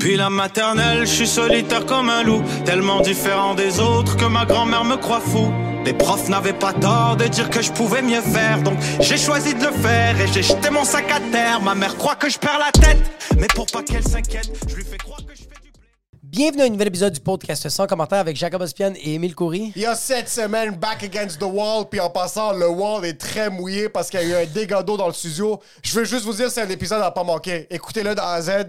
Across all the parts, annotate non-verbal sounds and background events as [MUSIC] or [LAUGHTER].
Depuis la maternelle, je suis solitaire comme un loup, tellement différent des autres que ma grand-mère me croit fou. Les profs n'avaient pas tort de dire que je pouvais mieux faire, donc j'ai choisi de le faire et j'ai jeté mon sac à terre. Ma mère croit que je perds la tête, mais pour pas qu'elle s'inquiète, je lui fais croire que je fais du blé. Bienvenue à un nouvel épisode du podcast sans commentaire avec Jacob Ospian et Émile Coury. Il y a cette semaine, back against the wall, puis en passant, le wall est très mouillé parce qu'il y a eu un dégât d'eau dans le studio. Je veux juste vous dire, c'est un épisode à pas manquer. Écoutez-le dans Z.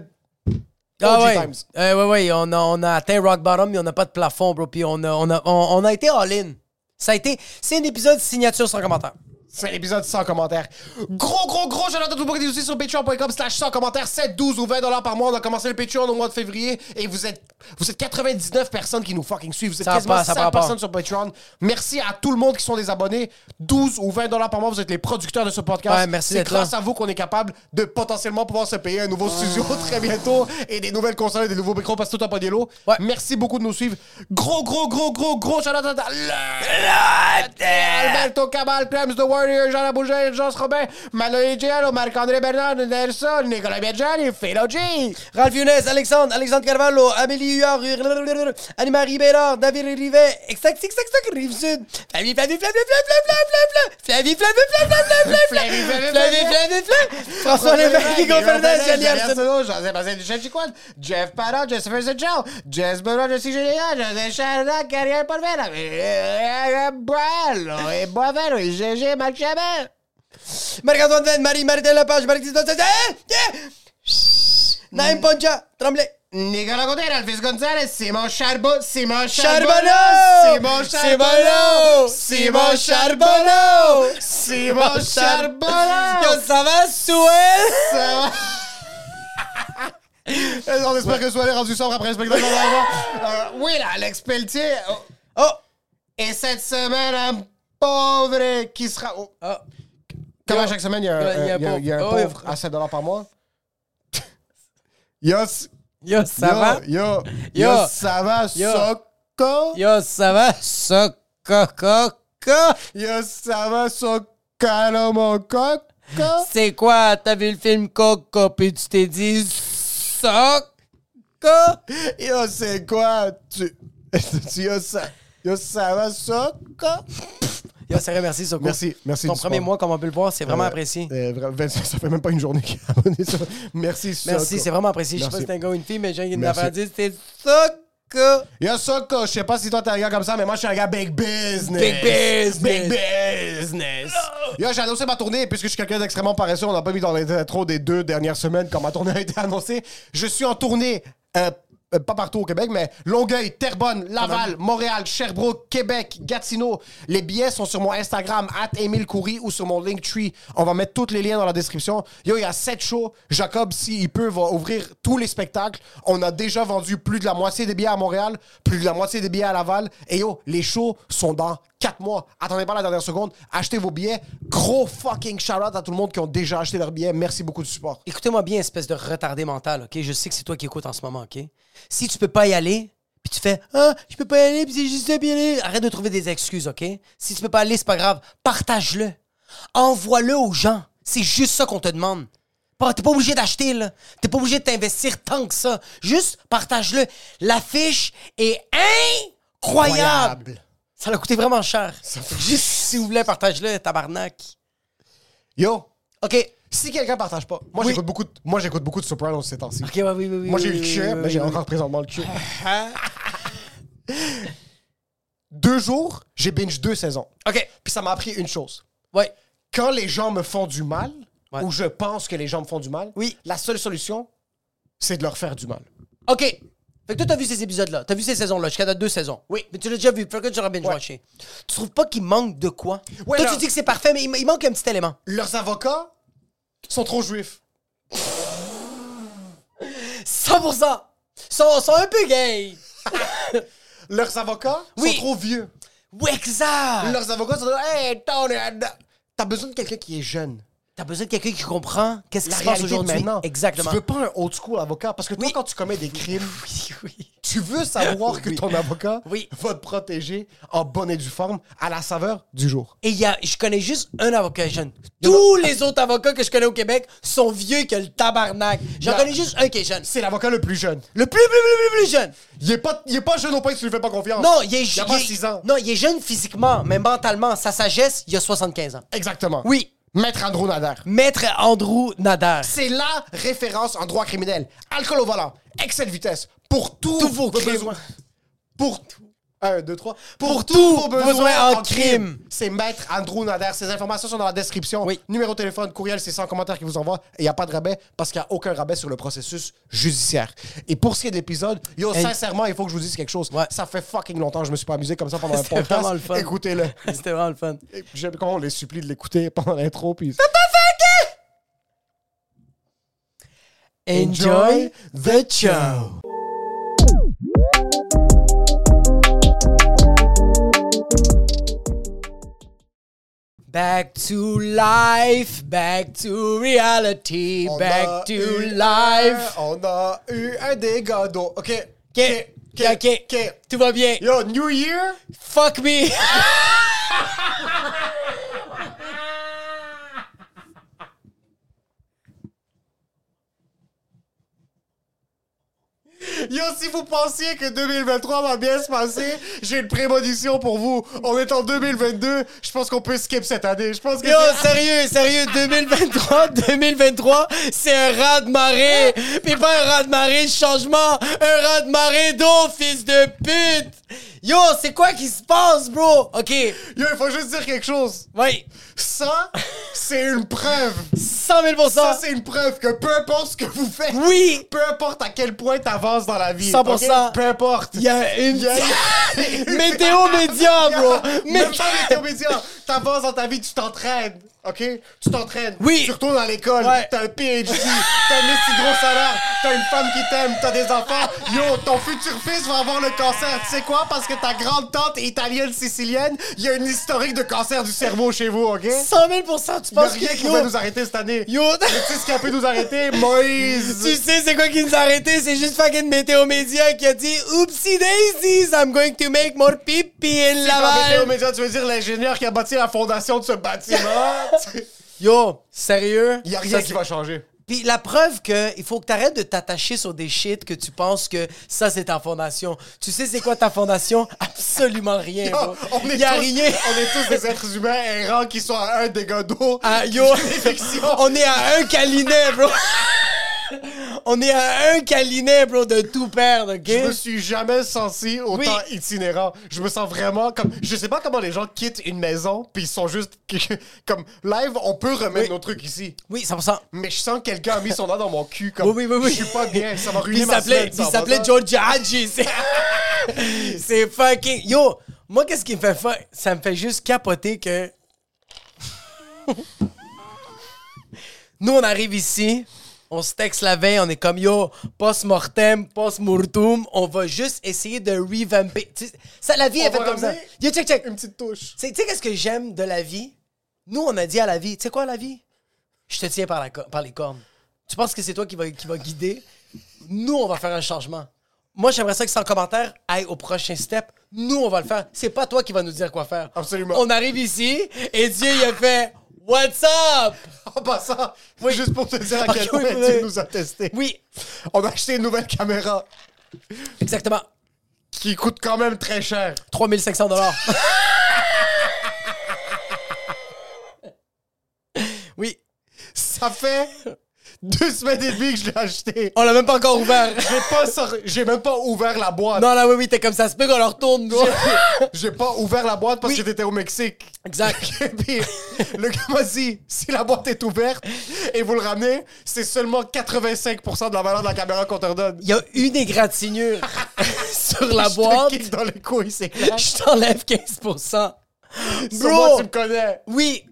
OG ouais. Times. Euh, ouais, ouais, on a, on a atteint rock bottom, mais on n'a pas de plafond, bro. Puis on a, on a, on, on a été all-in. Ça a été, c'est un épisode signature sans commentaire. C'est un épisode sans commentaire. Gros, gros, gros, je tout le monde qui est aussi sur patreon.com slash sans commentaire, 7, 12 ou 20 dollars par mois. On a commencé le Patreon au mois de février et vous êtes, vous êtes 99 personnes qui nous fucking suivent. Vous êtes Ça quasiment passe, ça 100 part pas. personnes sur Patreon. Merci à tout le monde qui sont des abonnés. 12 ou 20 dollars par mois, vous êtes les producteurs de ce podcast. Ouais, merci C'est d'être grâce là. à vous qu'on est capable de potentiellement pouvoir se payer un nouveau studio Ah. très bientôt et des nouvelles consoles et des nouveaux micros parce que tout a pas des lots. Ouais. Merci beaucoup de nous suivre. Gros, gros, gros, gros, gros, shout out à- Alberto Cabal, Clems The Warrior, Jean Labouger, Jean Robin, Manoï Giallo, Marc-André Bernard, Nelson, Nicolas Bergiani, Philo G. Ralph Younes, Alexandre, Alexandre Carvalho, Amélie Huard, Hurlurlurlur, Anne-Marie Bérard, David Rivet, Exact, Exact, Exact, Rive Sud, Flavie, Flavie, Flavie, Flavie, Flavie, Flavie, Flavie, Flavie, Flavie, Flavie, Flavie, Flavie, Flavie, Flavie, Flavie, François Lévesque, Hugo Fernandez, Jenny Arsenault. José Bazin du Chiquan, Jeff Parra, Josepher Zedjal, Jess Benoit, Jesse Généal, José Charna, Carrière Polvera, Brallo et Boisvert, et GG Marc Chabert. Marc-Antoine Venn, Marie-Martin Lepage, Marie-Christine Dosset, eh, yeah! Naïm Poncha, Tremblay, Nicolas Gaudin, Alvis Gonzalez, Simon Charbot, Simon Charbonneau, Charbonneau, Simon Charbonneau, Simon Charbonneau, Simon Yo, Charbonneau. ça va, Souhait? On espère que Soalé est rendu sobre après le spectacle. qu'on va avoir. Euh, oui, là, Alex Pelletier. Oh, Oh, Et cette semaine, un pauvre qui sera... Oh, oh, Comme à Yo. chaque semaine, il y a, Il y a- un- il y a il y a- il y a un pauvre. Oh, il y a- pauvre à 7 par mois. [LAUGHS] Yo, s- yo, ça yo, va? Yo. Yo, yo, ça va, Yo. Soko? Yo, ça va, Socococo? Yo, ça va, Socalo, mon coco? C'est quoi? T'as vu le film Coco, puis tu t'es dit Soco? Yo, c'est quoi? Tu. [LAUGHS] tu- yo, ça. Yo, ça va, Soko? Yo, sérieux, merci, Soco. Merci, merci. Ton du premier support. mois, comme on peut le voir, c'est vraiment Euh, apprécié. euh, vra- vingt- [LAUGHS] ça fait même pas une journée qu'il est abonné. Ça. Merci, Soko. Merci, c'est vraiment apprécié. Je sais pas Merci. si t'es un gars ou une fille, mais j'ai une Merci. affaire à dire, c'est Soco. Yo, Soko, je sais pas si toi t'es un gars comme ça, mais moi je suis un gars big business. Big business. Big business. Yo, j'ai annoncé ma tournée, et puisque je suis quelqu'un d'extrêmement paresseux, on n'a pas mis dans les intros des deux dernières semaines quand ma tournée a été annoncée. Je suis en tournée. euh, euh, pas partout au Québec, mais Longueuil, Terrebonne, Laval, Montréal, Sherbrooke, Québec, Gatineau. Les billets sont sur mon Instagram, at Émile Coury ou sur mon Linktree. On va mettre tous les liens dans la description. Yo, il y a 7 shows. Jacob, s'il peut, va ouvrir tous les spectacles. On a déjà vendu plus de la moitié des billets à Montréal, plus de la moitié des billets à Laval. Et yo, les shows sont dans 4 mois. Attendez pas la dernière seconde. Achetez vos billets. Gros fucking shout-out à tout le monde qui ont déjà acheté leurs billets. Merci beaucoup du support. Écoutez-moi bien, espèce de retardé mental, OK? Je sais que c'est toi qui écoutes en ce moment, OK? Si tu peux pas y aller, puis tu fais « Ah, je peux pas y aller, puis c'est juste ça, puis y aller. Arrête de trouver des excuses, OK? Si tu peux pas aller, c'est pas grave. Partage-le. Envoie-le aux gens. C'est juste ça qu'on te demande. Pas- T'es pas obligé d'acheter, là. T'es pas obligé de t'investir tant que ça. Juste partage-le. L'affiche est incroyable. Ça l'a coûté vraiment cher. Juste si vous voulez, partage-le, tabarnak. Yo, OK. si quelqu'un partage pas, moi Oui. j'écoute beaucoup, de- moi j'écoute beaucoup de Sopranos ces temps-ci. OK, ouais, oui, oui, oui. Moi j'ai eu oui, le oui, cul, oui, mais oui, j'ai oui. encore [LAUGHS] présentement le cul. [LAUGHS] deux jours, j'ai binge deux saisons. OK. Puis ça m'a appris une chose. Ouais. Quand les gens me font du mal, Ouais. ou je pense que les gens me font du mal, Oui. la seule solution, c'est de leur faire du mal. OK. Fait que toi, t'as vu ces épisodes-là. T'as vu ces saisons-là. Jusqu'à deux saisons. Oui. Mais tu l'as déjà vu. Fait que tu l'auras bien watché. Tu trouves pas qu'il manque de quoi? Ouais, toi, là- tu dis que c'est parfait, mais il, il manque un petit élément. Leurs avocats sont trop juifs. 100%! Sont, sont un peu gays. Leurs avocats Oui. Ah. sont trop vieux. Ouais, exact. Leurs avocats sont trop... Hey, t'en es là-dedans. T'as besoin de quelqu'un qui est jeune. T'as besoin de quelqu'un qui comprend qu'est-ce qui La se passe réalité de aujourd'hui. maintenant. Exactement. Tu veux pas un old school avocat parce que toi, quand tu commets des crimes, [LAUGHS] Oui, oui. Tu [LAUGHS] veux savoir que Oui. ton avocat Oui. va te protéger en bonne et due forme à la saveur du jour. Et il y a, je connais juste un avocat jeune. Tous les autres avocats que je connais au Québec sont vieux que le tabarnak. J'en Non. connais juste un qui est jeune. C'est l'avocat le plus jeune. Le plus, plus, plus, plus, plus jeune. Il est pas, il est pas jeune au point que tu lui fais pas confiance. Non, il est Il a jeune. pas 6 ans. Non, il est jeune physiquement, mais mentalement, sa sagesse, il a 75 ans. Exactement. Oui. Maître Andrew Nader. Maître Andrew Nader. [LAUGHS] C'est la référence en droit criminel. Alcool au volant, excès de vitesse, pour tous Tous vos crimes. besoins. Pour tout. Un, deux, trois. Pour, Pour tous tous vos besoins, en, crime. C'est Maître Andrew Nader. Ces informations sont dans la description. Oui. Numéro de téléphone, courriel, c'est sans commentaire qui vous envoie. Et il n'y a pas de rabais parce qu'il n'y a aucun rabais sur le processus judiciaire. Et pour ce qui est de l'épisode, yo, Hey. sincèrement, il faut que je vous dise quelque chose. Ouais. Ça fait fucking longtemps que je me suis pas amusé comme [LAUGHS] ça pendant un C'était podcast. vraiment le fun. Écoutez-le. C'était vraiment le fun. Et J'aime quand on les supplie de l'écouter pendant l'intro. Puis... Enjoy the show. Back to life, back to reality, On a back to eu life. un- On a eu un dégât d'eau. OK. Ok, ok, ok, tout va bien. Yo, New Year? Fuck me. Yo, si vous pensiez que 2023 va bien se passer, j'ai une prémonition pour vous. On est en 2022. Je pense qu'on peut skip cette année. Je pense que. Yo, c'est- sérieux, sérieux, 2023, 2023, c'est un raz de marée. Puis pas un raz de marée de changement, un raz de marée d'eau, fils de pute. Yo, c'est quoi qui se passe, bro? Ok, Yo, il faut juste dire quelque chose. oui, Ça, c'est une preuve. 100 000 Ça, c'est une preuve que peu importe ce que vous faites. Oui, Peu importe à quel point t'avances dans la vie. 100%. ok? Peu importe. il y a une Yeah. [LAUGHS] météo média, bro. Même Mé- pas les comédiens. T'avances dans ta vie, tu t'entraînes. OK? Tu t'entraînes. Oui. Tu retournes à l'école. Ouais. T'as un PhD. T'as un si gros salaire. T'as une femme qui t'aime. T'as des enfants. Yo, ton futur fils va avoir le cancer. Tu sais quoi? Parce que ta grande-tante est italienne-sicilienne, il y a une historique de cancer du cerveau chez vous, OK? 100 000 tu Il y a penses rien qui que... pouvait Yo, nous arrêter cette année. yo, Mais Tu sais ce qui a pu nous arrêter? [LAUGHS] Tu Moïse. sais, c'est quoi qui nous a arrêtés? C'est juste fucking Météo Média qui a dit Oopsie daisies, I'm going to make more pipi in Quand Laval. média, tu veux dire l'ingénieur qui a bâti la fondation de [LAUGHS] ce bâtiment? Yo, sérieux? Il y a Ça, rien qui c'est- va changer. Puis la preuve que il faut que t'arrêtes de t'attacher sur des shit que tu penses que ça, c'est ta fondation. Tu sais, c'est quoi ta fondation? [LAUGHS] Absolument rien. Ah, bro. [LAUGHS] on est y a tous, rien. On est tous des êtres humains errants qui sont à un dégât d'eau. [LAUGHS] Ah, yo, [LAUGHS] on est à un câlinet, bro. [LAUGHS] on est à un câlinet, bro, de tout perdre, ok? Je me suis jamais senti autant Oui. itinérant. Je me sens vraiment comme. Je sais pas comment les gens quittent une maison puis ils sont juste [LAUGHS] comme live. On peut remettre Oui. nos trucs ici, Oui, 100%. mais je sens que quelqu'un a mis son doigt dans mon cul. Comme, Oui, oui, oui, oui. Je suis pas bien. Ça va Puis ruiner il ma s'appelait, semaine. puis il ça, s'appelait voilà. Georgiadji. C'est [LAUGHS] c'est [LAUGHS] fucking. Yo, moi, qu'est-ce qui me fait fa- Ça me fait juste capoter que. [LAUGHS] Nous, on arrive ici, on se texte la veille, on est comme yo, post-mortem, post-mortum, on va juste essayer de revamper. Tu sais, ça, la vie On est faite va comme ça. ramener- Yo, check, check. Une petite touche. [LAUGHS] Tu sais- tu sais qu'est-ce que j'aime de la vie? Nous, on a dit à la vie, tu sais quoi la vie? Je te tiens par, la cor- par les cornes. Tu penses que c'est toi qui va, qui va guider? Nous, on va faire un changement. Moi, j'aimerais ça que sans commentaire aille au prochain step. Nous, on va le faire. C'est pas toi qui va nous dire quoi faire. Absolument. On arrive ici et Dieu, il a fait What's up? En passant, juste pour [LAUGHS] te dire à Ok, quel Ah, oui, point oui. Dieu nous a testé. Oui, On a acheté une nouvelle caméra exactement. qui coûte quand même très cher. 3500 dollars. [LAUGHS] oui, Ça fait deux semaines et demie que je l'ai acheté. on l'a même pas encore ouvert. J'ai pas sorti- j'ai même pas ouvert la boîte. Non, là, oui, oui, t'es comme ça. C'est peut qu'on leur tourne, nous. [LAUGHS] J'ai pas ouvert la boîte parce Oui. que t'étais au Mexique. Exact. Et puis, le gars m'a dit, si la boîte est ouverte et vous le ramenez, c'est seulement 85% de la valeur de la caméra qu'on te redonne. Il y a une égratignure [LAUGHS] sur la Je te boîte. kick dans les couilles, c'est clair. Je t'enlève 15%. Sur moi, Bro! tu me connais. Oui,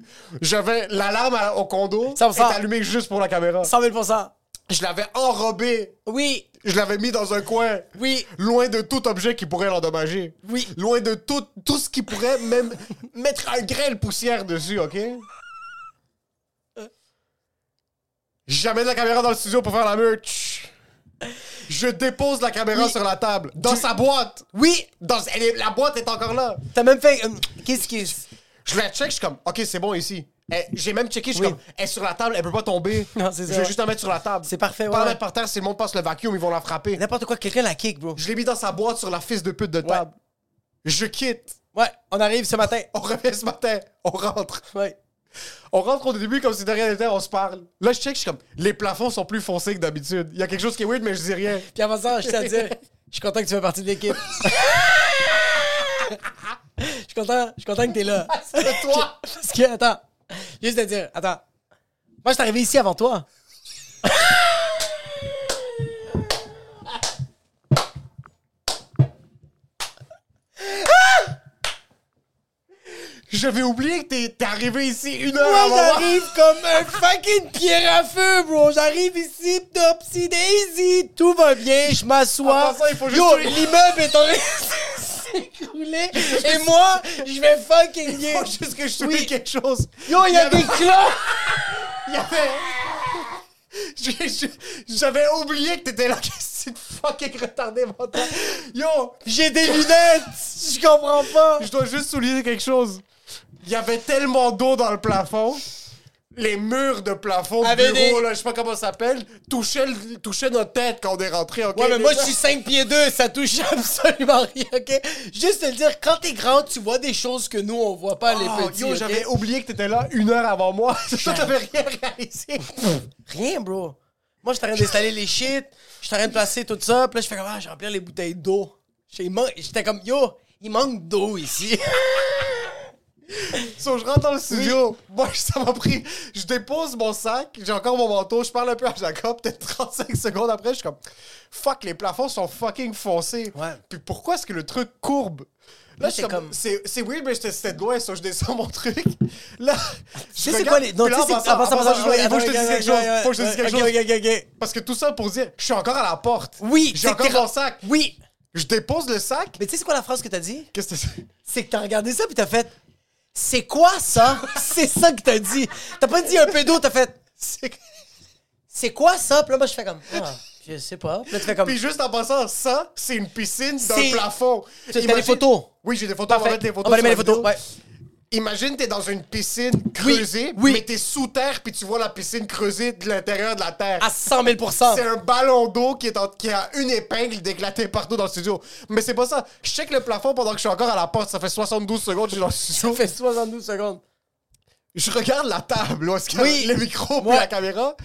J'avais l'alarme à- au condo, Ça me est sent. allumée juste pour la caméra. 100 000%. Je l'avais enrobée. Oui, Je l'avais mis dans un coin. oui. Loin de tout objet qui pourrait l'endommager. Oui. Loin de tout, tout ce qui pourrait même mettre un grain de poussière dessus, OK? Jamais de la caméra dans le studio pour faire la merch. Je dépose la caméra Oui. sur la table. Dans sa boîte. Oui, Dans, elle est- la boîte est encore là. t'as même fait. euh, Qu'est-ce qui. Je la check, je suis comme, OK, c'est bon ici. Eh, J'ai même checké, je suis Oui. comme, elle est sur la table, elle peut pas tomber. [LAUGHS] Non, c'est Je ça. vais juste la mettre sur la table. C'est parfait, Pas la ouais. mettre par terre, si le monde passe le vacuum, ils vont la frapper. N'importe quoi, quelqu'un la kick, bro. Je l'ai mis dans sa boîte sur la fils de pute de table. Je quitte. Ouais, on arrive ce matin. On revient ce matin. On rentre. Ouais. On rentre au début comme si de rien n'était, on se parle. Là, je check, je suis comme, les plafonds sont plus foncés que d'habitude. Il y a quelque chose qui est weird, mais je [LAUGHS] dis rien. Puis avant ça, je tiens à dire, je suis content que tu fais partie de l'équipe. Je suis content, je suis content que t'es [LAUGHS] là. C'est toi! Parce que, attends, juste à dire, attends. Moi, je suis arrivé ici avant toi. J'avais oublié que t'es t'es arrivé ici une heure Moi, avant moi. j'arrive comme un fucking pierre à feu, bro. J'arrive ici, topsy daisy, tout va bien, je En m'assois. passant, il faut juste- Yo, l'immeuble est en train de [LAUGHS] s'écrouler. Et moi, je vais fucking bien. [LAUGHS] Faut juste que je souligne Oui. quelque chose. Yo, il y a des clopes. Il y avait. [LAUGHS] J'ai- j'ai- J'avais oublié que t'étais là. [LAUGHS] Qu'est-ce que tu fucking retardé mental? Yo, J'ai des lunettes. Je comprends pas. [LAUGHS] je dois juste souligner quelque chose. Il y avait tellement d'eau dans le plafond. Les murs de plafond, Avait bureau, des- là, je sais pas comment ça s'appelle, touchaient, le- touchaient notre tête quand on est rentré. ok? Ouais, mais moi, je Déjà. suis 5 pieds 2, ça touche [LAUGHS] absolument rien, OK? Juste te le dire, quand t'es grand, tu vois des choses que nous, on voit pas, les Oh, petits, yo, ok? j'avais oublié que t'étais là une heure avant moi. [LAUGHS] Ça, t'avais rien [LAUGHS] réalisé. Rien, bro. Moi, je suis en train d'installer les shit, je suis en train de placer tout ça, puis là, je fais comme, ah, je vais remplir les bouteilles d'eau. J'ai- il man- J'étais comme, yo, il manque d'eau ici. So, je rentre dans le studio. Moi, ça m'a pris. Je dépose mon sac, j'ai encore mon manteau, je parle un peu à Jacob. Peut-être 35 secondes après, je suis comme Fuck, les plafonds sont fucking foncés. Ouais. Puis pourquoi est-ce que le truc courbe Là, Là, je suis c'est comme. comme- C'est c'est weird, mais j'étais- c'était de loin, so je descends mon truc. [LAUGHS] Là, Tu sais, je c'est regarde- quoi les. Puis là, en tu sais, c'est- passant- ah, en passant, passant, passant, je vois- il faut que je te ouais, dise quelque ouais, chose. ouais, Faut que je te dise ouais, quelque ok, chose. ok, ok, ok. Parce que tout ça pour dire, je suis encore à la porte. Oui, j'ai c'est encore que t'es- mon sac. Oui. Je dépose le sac. Mais tu sais, c'est quoi la phrase que t'as dit? Qu'est-ce que c'est [LAUGHS] c'est que t'as regardé ça puis t'as fait c'est quoi ça [LAUGHS] c'est ça que t'as dit t'as pas dit un peu d'eau t'as fait c'est? c'est quoi ça puis là moi je fais comme ah, je sais pas puis là tu fais comme Puis juste en passant, ça, c'est une piscine dans C'est- le plafond. t'as Imagine- des photos? Oui, j'ai des photos. On Parfait. va mettre les photos. on va aller sur mettre les la photos vidéo. ouais Imagine, t'es dans une piscine creusée, oui. mais t'es sous terre, puis tu vois la piscine creusée de l'intérieur de la terre. à 100 000 C'est un ballon d'eau qui, est en- qui a une épingle d'éclater partout dans le studio. Mais c'est pas ça. Je check le plafond pendant que je suis encore à la porte. Ça fait 72 secondes que je suis dans le ça studio. [LAUGHS] fait 72 secondes Je regarde la table, où est-ce qu'il y a Oui. le micro, puis Ouais. la caméra.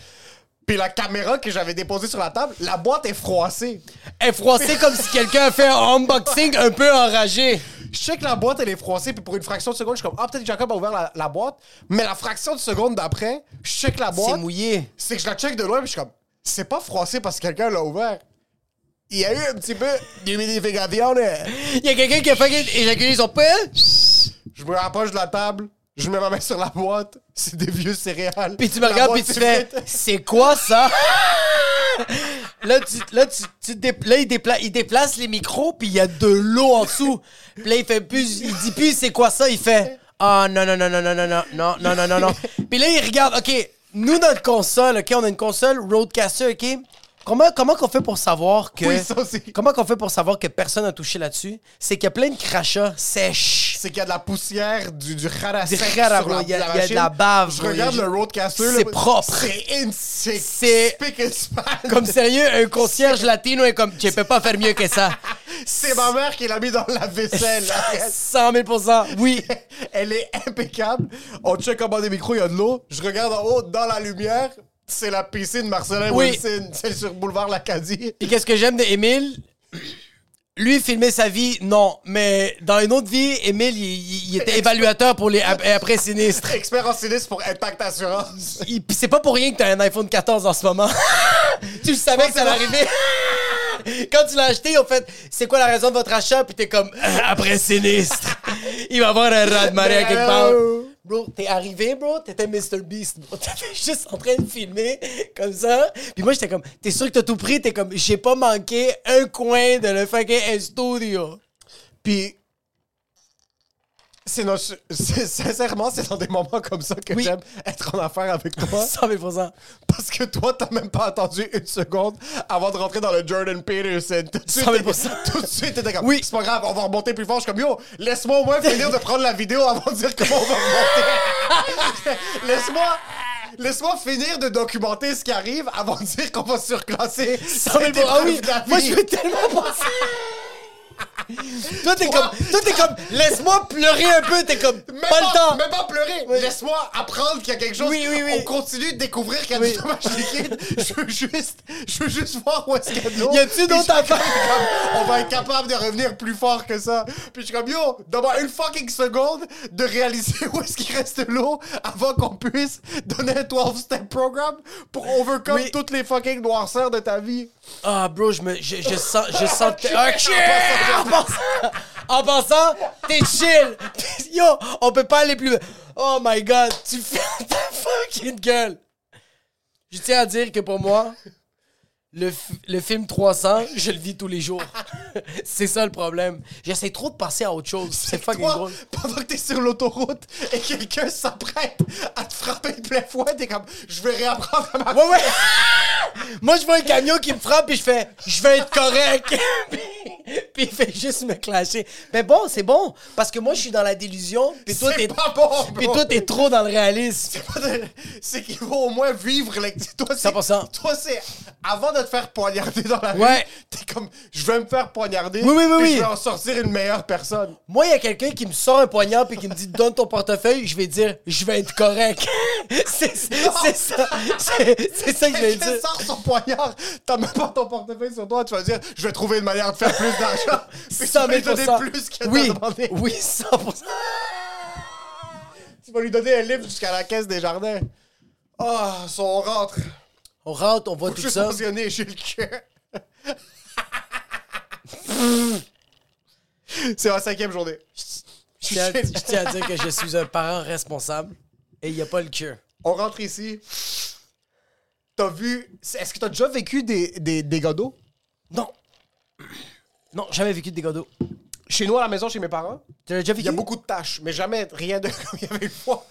Puis la caméra que j'avais déposée sur la table, la boîte est froissée. est froissé comme si quelqu'un a fait un unboxing un peu enragé Je sais que la boîte, elle est froissée, puis pour une fraction de seconde, je suis comme, ah, peut-être que Jacob a ouvert la, la boîte, mais la fraction de seconde d'après, je check la c'est boîte, mouillé c'est que je la check de loin, puis je suis comme, c'est pas froissé parce que quelqu'un l'a ouvert. Il y a eu un petit peu d'humidification. là. il y a quelqu'un qui a fucking éjaculé son pelle Je me rapproche de la table, je mets ma main sur la boîte, c'est des vieux céréales. Puis tu me La regardes, puis boîte tu est fais, vide. c'est quoi ça? là, tu, là, tu, tu dé- là, il, dépla- il déplace les micros, puis il y a de l'eau en dessous. Puis là, il fait plus, il dit plus, c'est quoi ça? Il fait, ah non, non, non, non, non, non, non, non, non, non, non, non. Puis là, il regarde, OK, nous, notre console, OK, on a une console Roadcaster, OK? Comment, comment qu'on fait pour savoir que... Oui, ça aussi. Comment qu'on fait pour savoir que personne n'a touché là-dessus? C'est qu'il y a plein de crachats sèches. C'est qu'il y a de la poussière, du, du rarassec Du rara- sur la- il y a- il y a de machine. la bave, Je bro, il y a regarde juste- le roadcaster. là, C'est propre. C'est insane. C'est- Spick and span. Comme sérieux, un concierge latino est comme, je peux pas faire mieux que ça. C'est ma mère qui l'a mis dans la vaisselle. [LAUGHS] 100 000 oui. Elle est impeccable. On check comment des micros, il y a de l'eau. Je regarde en haut, dans la lumière, c'est la piscine Marcelin Oui. Wilson, celle sur boulevard Lacadie. Puis qu'est-ce que j'aime de Émile? Lui, filmer sa vie, non. Mais dans une autre vie, Émile, il, il- il était évaluateur pour les ap- après sinistres. Expert en sinistre pour Impact Assurance. Il- Puis c'est pas pour rien que t'as un iPhone 14 en ce moment. [LAUGHS] tu le savais que ça allait arriver. [LAUGHS] Quand tu l'as acheté, en fait, c'est quoi la raison de votre achat? Puis t'es comme, euh, après sinistre. Il va y avoir un rat de marée à Ben, quelque part. oh. Bro, t'es arrivé, bro, t'étais Mr. Beast, bro. [LAUGHS] T'étais juste en train de filmer, comme ça. Puis moi, j'étais comme, t'es sûr que t'as tout pris? T'es comme, j'ai pas manqué un coin de le fucking studio. Puis, c'est nos- c'est- sincèrement, c'est dans des moments comme ça que Oui. j'aime être en affaire avec toi. 100 000 Parce que toi, t'as même pas attendu une seconde avant de rentrer dans le Jordan Peterson. Tout de suite, 100 000 t'es- Tout de suite, t'étais comme, Oui. c'est pas grave, on va remonter plus fort. Je suis comme, yo, laisse-moi au moins finir de prendre la vidéo avant de dire comment on va remonter. [LAUGHS] laisse-moi... Laisse-moi finir de documenter ce qui arrive avant de dire qu'on va surclasser. 100 000 C'était Ah oui, de la moi vie. je veux tellement passer. toi, t'es comme, toi, t'es comme, laisse-moi pleurer un peu, t'es comme, Même pas le temps. Même pas pleurer. Laisse-moi apprendre qu'il y a quelque chose. Oui, oui, oui. On continue de découvrir qu'il y a Oui. du dommage liquide. Je veux juste, je veux juste voir où est-ce qu'il y a de l'eau. Y a-tu Puis d'autres je suis affaires? comme, On va être capable de revenir plus fort que ça. Puis je suis comme, yo, donne-moi une fucking seconde de réaliser [LAUGHS] où est-ce qu'il reste de l'eau avant qu'on puisse donner un 12-step programme pour overcome Oui. toutes les fucking noirceurs de ta vie. Ah, bro, je me. Je, je sens. Je sens. Chill, Ah, en chill, passant, En passant, en passant, t'es chill. [LAUGHS] Yo, on peut pas aller plus. loin. Oh my god, tu fermes ta fucking gueule. Je tiens à dire que pour moi, le, fi- le film 300, je le vis tous les jours. [LAUGHS] C'est ça le problème. J'essaie trop de passer à autre chose. C'est fucking Toi, drôle. pendant que t'es sur l'autoroute et quelqu'un s'apprête à te frapper de plein fouet, t'es comme, je vais réapprendre à ma Ah. Ouais, ouais. [LAUGHS] Moi, je vois un camion qui me frappe et je fais je vais être correct. [LAUGHS] puis, puis il fait juste me clasher. Mais bon, c'est bon. Parce que moi, je suis dans la délusion. Puis toi, t'es. C'est pas bon, Puis bro. toi, t'es trop dans le réalisme. C'est pas de- C'est qu'il faut au moins vivre. les- [LAUGHS] Toi, c'est- 100%. Toi, c'est avant de te faire poignarder dans la Ouais. rue, t'es comme, je vais me faire poignarder. Oui, oui, oui, puis oui. Je vais en sortir une meilleure personne. Moi, il y a quelqu'un qui me sort un poignard puis qui me dit donne ton portefeuille, je vais dire je vais être correct. [LAUGHS] c'est c'est ça. C'est c'est ça que je vais dire. Quelqu'un sort son poignard, t'as même pas ton portefeuille sur toi, tu vas dire, je vais trouver une manière de faire plus [LAUGHS] d'argent. Puis tu 100 vas 000 lui donner plus que Oui, t'as demandé. oui, 100%. Tu vas lui donner un livre jusqu'à la caisse des jardins. Ah, son on rentre. On rentre, on voit Je tout suis ça. pensionné, j'ai le cœur. [LAUGHS] C'est ma cinquième journée. Je tiens, à- je tiens à dire que je suis un parent responsable et il n'y a pas le cure. On rentre ici. T'as vu. Est-ce que t'as déjà vécu des, des, des godots? Non. Non, jamais vécu de dégâts d'eau. Chez nous, à la maison, chez mes parents, Tu l'as déjà vécu? il y a beaucoup de tâches, mais jamais rien de [LAUGHS] comme il y avait une fois.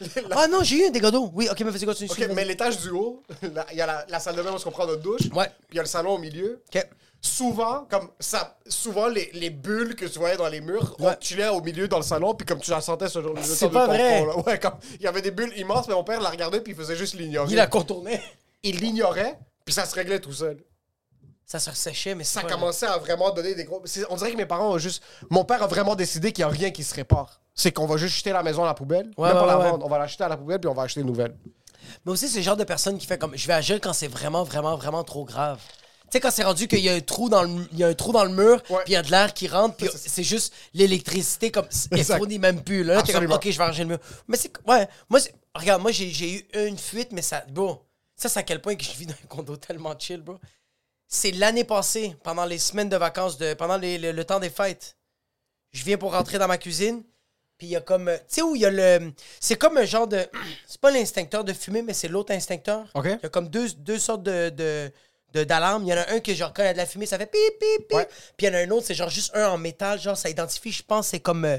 Les- la- Ah non, j'ai eu un dégât d'eau. Oui, ok, mais vas-y, continue. Ok, mais l'étage du haut, là, il y a la, la salle de bain où on prend notre douche. Ouais. Puis il y a le salon au milieu. Ok. Souvent, comme ça, souvent les, les bulles que tu voyais dans les murs, on Ouais. tuait au milieu dans le salon, puis comme tu la sentais ce jour le C'est temps de pas ton vrai. front, là. Ouais, comme il y avait des bulles immenses, mais mon père la regardait puis il faisait juste l'ignorer. Il a contourné. Il l'ignorait, puis ça se réglait tout seul. Ça se resséchait, mais ça c'est pas- commençait à vraiment donner des gros. c'est- On dirait que mes parents ont juste. Mon père a vraiment décidé qu'il n'y a rien qui se répare. C'est qu'on va juste jeter la maison à la poubelle. Ouais, même pas ouais, la ouais. vendre. On va la jeter à la poubelle puis on va acheter une nouvelle. Mais aussi, c'est le genre de personne qui fait comme je vais agir quand c'est vraiment, vraiment, vraiment trop grave. Tu sais, quand c'est rendu qu'il y a un trou dans le, il y a un trou dans le mur, Ouais. puis il y a de l'air qui rentre, puis Ça, c'est- c'est juste l'électricité comme elle Exact. Ah, fournit même plus. Là, t'es comme Absolument. ok, je vais arranger le mur. Mais c'est ouais, moi c'est- regarde, moi j'ai- j'ai eu une fuite, mais ça, bro, ça c'est à quel point que je vis dans un condo tellement chill, bro. C'est l'année passée, pendant les semaines de vacances, de, pendant les- le- le temps des fêtes je viens pour rentrer dans ma cuisine, puis il y a comme... euh, Tu sais où il y a le... C'est comme un genre de... [CLEARS THROAT] C'est pas l'instincteur de fumée, mais c'est l'autre instincteur. OK. Il y a comme deux, deux sortes de... de de- d'alarme, il y en a un qui est genre quand il y a de la fumée, ça fait pip pip pip. Ouais. Puis il y en a un autre, c'est genre juste un en métal, genre ça identifie, je pense, c'est comme euh,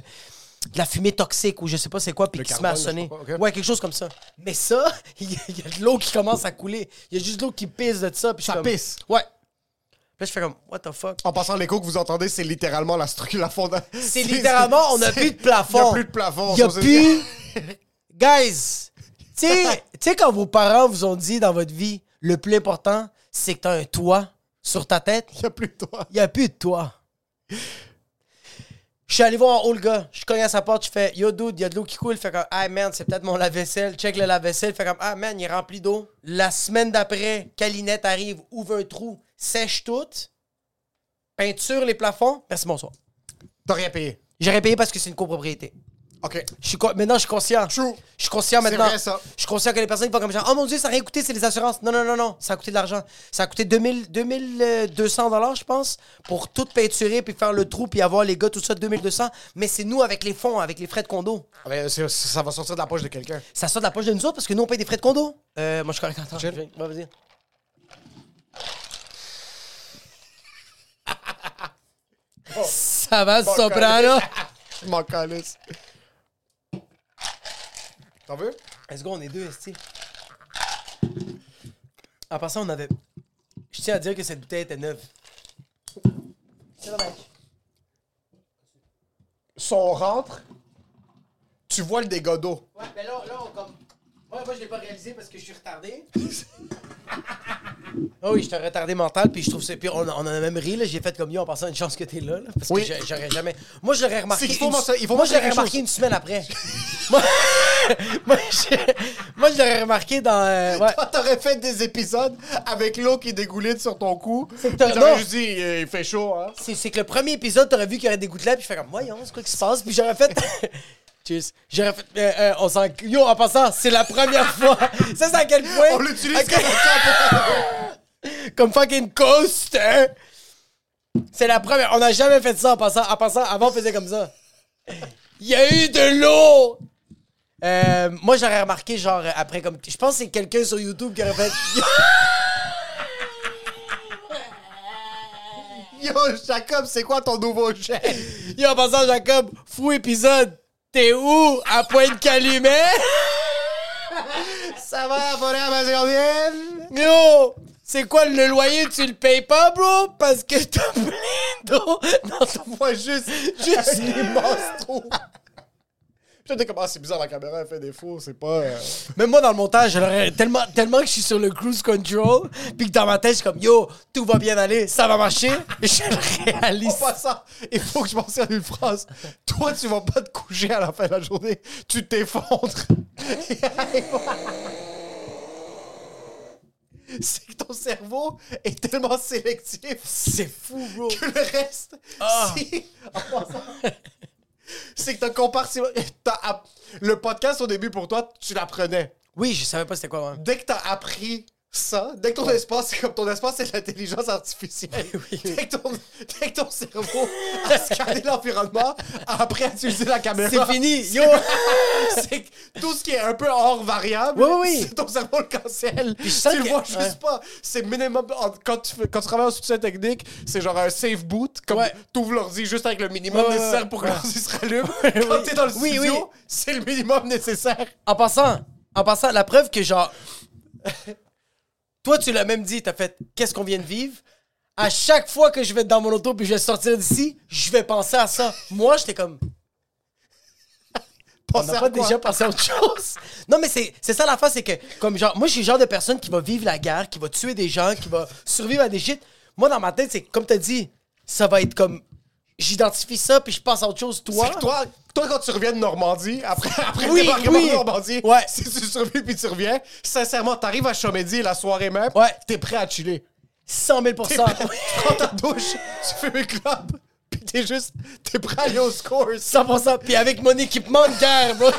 de la fumée toxique ou je sais pas c'est quoi, puis Le qui se met à carbone, sonner. je sais pas, ok. Ouais, quelque chose comme ça. Mais ça, [LAUGHS] il y, a- il y a de l'eau qui commence à couler. Il y a juste de l'eau qui pisse de ça. Puis je suis Ça comme- pisse. Ouais. Puis là, je fais comme, what the fuck? En passant, l'écho que vous entendez, c'est littéralement la structure, la fondation. C'est littéralement, on [LAUGHS] n'a plus de plafond. Il n'y a plus de plafond. Il n'y a ça, c'est- [LAUGHS] plus. Guys, tu sais- tu sais, quand vos parents vous ont dit dans votre vie, le plus important, c'est que tu as un toit sur ta tête, Il n'y a plus de toi. il n'y a plus de toit. Je suis allé voir en haut le gars. Je cogne à sa porte, je fais Yo dude, il y a de l'eau qui coule. Il fait comme Ah man, c'est peut-être mon lave-vaisselle. Check le lave-vaisselle. Il fait comme Ah man, il est rempli d'eau. La semaine d'après, Calinette arrive, ouvre un trou, sèche tout, peinture les plafonds. Merci, bonsoir. T'as rien payé. J'aurais payé parce que c'est une copropriété. OK. Je suis con- Maintenant, je suis conscient. True. Je suis conscient maintenant. vrai, ça. Je suis conscient que les personnes qui font comme genre, oh mon dieu, ça n'a rien coûté, c'est les assurances. Non, non, non, non, ça a coûté de l'argent. Ça a coûté 2000, 2200 euh, dollars, je pense, pour tout peinturer, puis faire le trou, puis avoir les gars, tout ça, 2200. Mais c'est nous avec les fonds, avec les frais de condo. Ah, mais c'est- ça va sortir de la poche de quelqu'un. Ça sort de la poche de nous autres parce que nous, on paye des frais de condo. Euh, moi, je suis correct. Attends, Chill. je vais- ouais, vas-y. Oh. Ça va, soprano? Je m'en calisse. T'en veux? Let's go, on est deux, esti. En passant, on avait. Je tiens à dire que cette bouteille était neuve. C'est dommage. Si on rentre, tu vois le dégât d'eau. Ouais, ben là, là, on comme. Moi, moi, je l'ai pas réalisé parce que je suis [LAUGHS] retardé. Ah oui, j'étais un retardé mental, puis je trouve ça. Puis on, on en a même ri, là. J'ai fait comme yo en passant une chance que t'es là, là, Parce Oui. que j'a- j'aurais jamais. Moi, je l'aurais remarqué. C'est qu'il faut une- montrer- il faut Moi, je l'aurais montrer quelque remarqué une semaine après. [LAUGHS] moi, moi, je... moi, je l'aurais remarqué dans. [LAUGHS] euh, ouais. Toi, T'aurais fait des épisodes avec l'eau qui dégoulait sur ton cou. C'est que t'as- J'aurais non. juste dit, il fait chaud, hein? C'est, c'est que le premier épisode, t'aurais vu qu'il y aurait des gouttelettes, puis je fais comme, voyons, c'est quoi qui se passe, puis j'aurais fait. [LAUGHS] Cheers. J'aurais fait. euh, euh, on s'en. Yo, en passant, c'est la première [LAUGHS] fois. Ça, c'est à quel point. On l'utilise à quel- comme ça. comme fucking coast. hein. C'est la première. On n'a jamais fait ça en passant. En passant, avant, on faisait comme ça. Il y a eu de l'eau. Euh, moi, j'aurais remarqué, genre, après, comme. Je pense que c'est quelqu'un sur YouTube qui aurait fait. Yo, Jacob, c'est quoi ton nouveau chef? [LAUGHS] Yo, en passant, Jacob, fou épisode. T'es où? À Pointe-Calumet? Ça va, bonne heure, gardienne? Yo! C'est quoi le loyer? Tu le payes pas, bro? Parce que t'as plein d'eau dans ton Moi, juste, [LAUGHS] juste un immense [LAUGHS] trou. Putain, t'es comme, ah, c'est bizarre, la caméra, elle fait défaut, c'est pas... euh. Même moi, dans le montage, j'aurais tellement, tellement que je suis sur le cruise control, puis que dans ma tête, je suis comme, yo, tout va bien aller, ça va marcher, je le réalise. [LAUGHS] En passant, il faut que je mentionne une phrase. Toi, tu vas pas te coucher à la fin de la journée. Tu t'effondres. [LAUGHS] C'est que ton cerveau est tellement sélectif C'est fou, bro. que le reste, Ah. si... en passant, C'est que ton compartiment... t'as app- Le podcast, au début, pour toi, tu l'apprenais. Oui, je savais pas c'était quoi, même. Dès que t'as appris ça, dès que ton espace, c'est comme ton espace, c'est [LAUGHS] l'intelligence artificielle. Dès, que ton, dès que ton cerveau a scanné l'environnement, après a utilisé la caméra. C'est [LAUGHS] fini, yo! C'est que tout ce qui est un peu hors variable, Oui, oui, oui. c'est ton cerveau le cancel. Tu je sens le que- vois juste ouais. pas. C'est minimum. en- Quand tu, fais- quand tu travailles en soutien technique, c'est genre un safe boot. Comme Ouais. t'ouvres l'ordi juste avec le minimum Ouais, ouais, nécessaire ouais. pour que l'ordi se rallume. [LAUGHS] Quand oui. t'es dans le Oui, studio, oui. c'est le minimum nécessaire. En passant, en passant, la preuve que genre. Toi, tu l'as même dit, t'as fait qu'est-ce qu'on vient de vivre. À chaque fois que je vais être dans mon auto puis je vais sortir d'ici, je vais penser à ça. Moi, j'étais comme. On Pensez n'a à pas quoi? déjà passé à autre chose. [LAUGHS] Non, mais c'est c'est ça la face, c'est que, comme genre, moi, je suis le genre de personne qui va vivre la guerre, qui va tuer des gens, qui va survivre à des shit. Moi, dans ma tête, c'est comme t'as dit, ça va être comme. J'identifie ça puis je passe à autre chose, toi. C'est que toi, toi, quand tu reviens de Normandie, après, [LAUGHS] après le Oui, débarquement oui. de Normandie, Ouais. si tu survis puis tu reviens, sincèrement, t'arrives à Chomédie la soirée même, Ouais. t'es prêt à chiller. 100 000 T'es prêt- tu [LAUGHS] prends ta douche, tu fais une clope, puis t'es juste, t'es prêt à aller au score. 100%. Puis avec mon équipement de guerre, bro.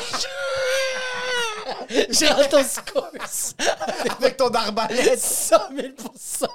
[LAUGHS] J'ai hâte au score. avec ton arbalète. 100 000%.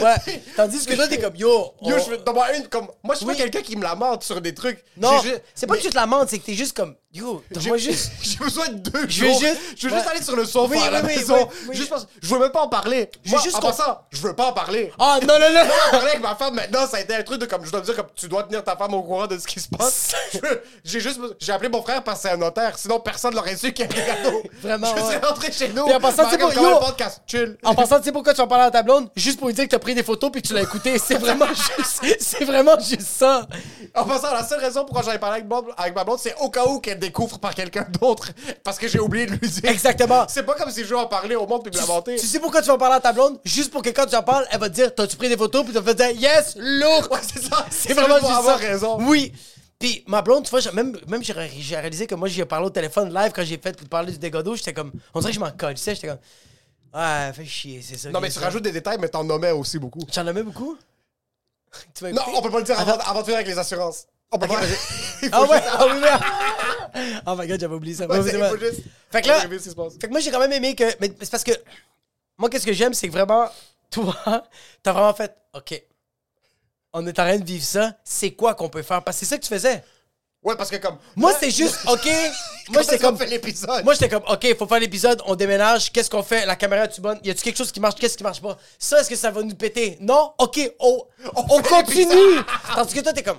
Ouais. Tandis que là, t'es comme, yo. Yo, on- je veux t'en voir une comme. Moi, je suis Oui. pas quelqu'un qui me lamente sur des trucs. Non, J'ai juste- c'est pas que tu te lamentes, c'est que t'es juste comme, yo, J'ai donne-moi juste. [LAUGHS] j'ai besoin de deux Je veux jours. juste- je veux juste Ouais. aller sur le sofa Oui, à la oui, oui, maison. oui, oui. Juste parce- je veux même pas en parler. Je Moi, veux juste en qu'on- passant, je veux pas en parler. [LAUGHS] Ah, non, non, non! Moi, en parler avec ma femme maintenant, ça a été un truc de comme je dois me dire comme tu dois tenir ta femme au courant de ce qui [LAUGHS] se passe. Je- J'ai juste j'ai appelé mon frère parce que c'est un notaire, sinon personne l'aurait su qu'il y avait un cadeau. Vraiment, Je suis ouais. rentré chez nous. Puis en passant, Marie, c'est comme, pas- comment yo. le podcast chill. En passant, tu sais pourquoi tu en parles à ta blonde? Juste pour lui dire que t'as pris des photos puis que tu l'as écouté. C'est vraiment [LAUGHS] juste, c'est vraiment juste ça. En passant, la seule raison pourquoi j'avais parlé avec, Bob- avec ma blonde, c'est au cas où qu'elle découvre par quelqu'un d'autre parce que j'ai oublié de lui dire. Exactement. C'est pas comme si je veux en parler au monde puis me Tu, l'inventer. tu sais pourquoi tu vas en parler à ta blonde? Juste pour que quand tu en parles, elle va te dire, t'as-tu pris des photos? Puis tu vas te dire, yes, lourd! Ouais, [LAUGHS] c'est ça. C'est vraiment pour juste avoir ça. raison. Oui. Puis ma blonde, tu vois, j'ai- même, même j'ai ré- j'ai réalisé que moi, j'ai parlé au téléphone live quand j'ai fait parler du dégât d'eau. J'étais comme, on dirait que je m'en colle. Tu sais, j'étais comme, ah, fais chier, c'est ça. Non, qui mais est tu ça. rajoutes des détails, mais t'en nommais aussi beaucoup. J'en ai même beaucoup? [LAUGHS] tu vas Non, on peut pas le dire avant, avant de finir avec les assurances. On peut [LAUGHS] pas. Il faut Ah ouais, juste- ah oui, oui. [LAUGHS] Oh my god, j'avais oublié ça. Ouais, c'est- il faut juste- Fait que là- faut rêver ce qui se passe. Fait que moi, j'ai quand même aimé que. Mais c'est parce que. Moi, qu'est-ce que j'aime, c'est que vraiment, toi, [LAUGHS] t'as vraiment fait. OK. On est en train de vivre ça. C'est quoi qu'on peut faire? Parce que c'est ça que tu faisais. Ouais, parce que comme. Moi, Ouais, c'est juste. [LAUGHS] OK. moi, j'étais t'as comme. fait l'épisode. Moi, j'étais comme, OK, faut faire l'épisode, on déménage, qu'est-ce qu'on fait? La caméra, est-tu bonne? Y a-tu quelque chose qui marche? Qu'est-ce qui marche pas? Ça, est-ce que ça va nous péter? Non? OK, on, on fait [LAUGHS] continue! Tandis que toi, t'es comme,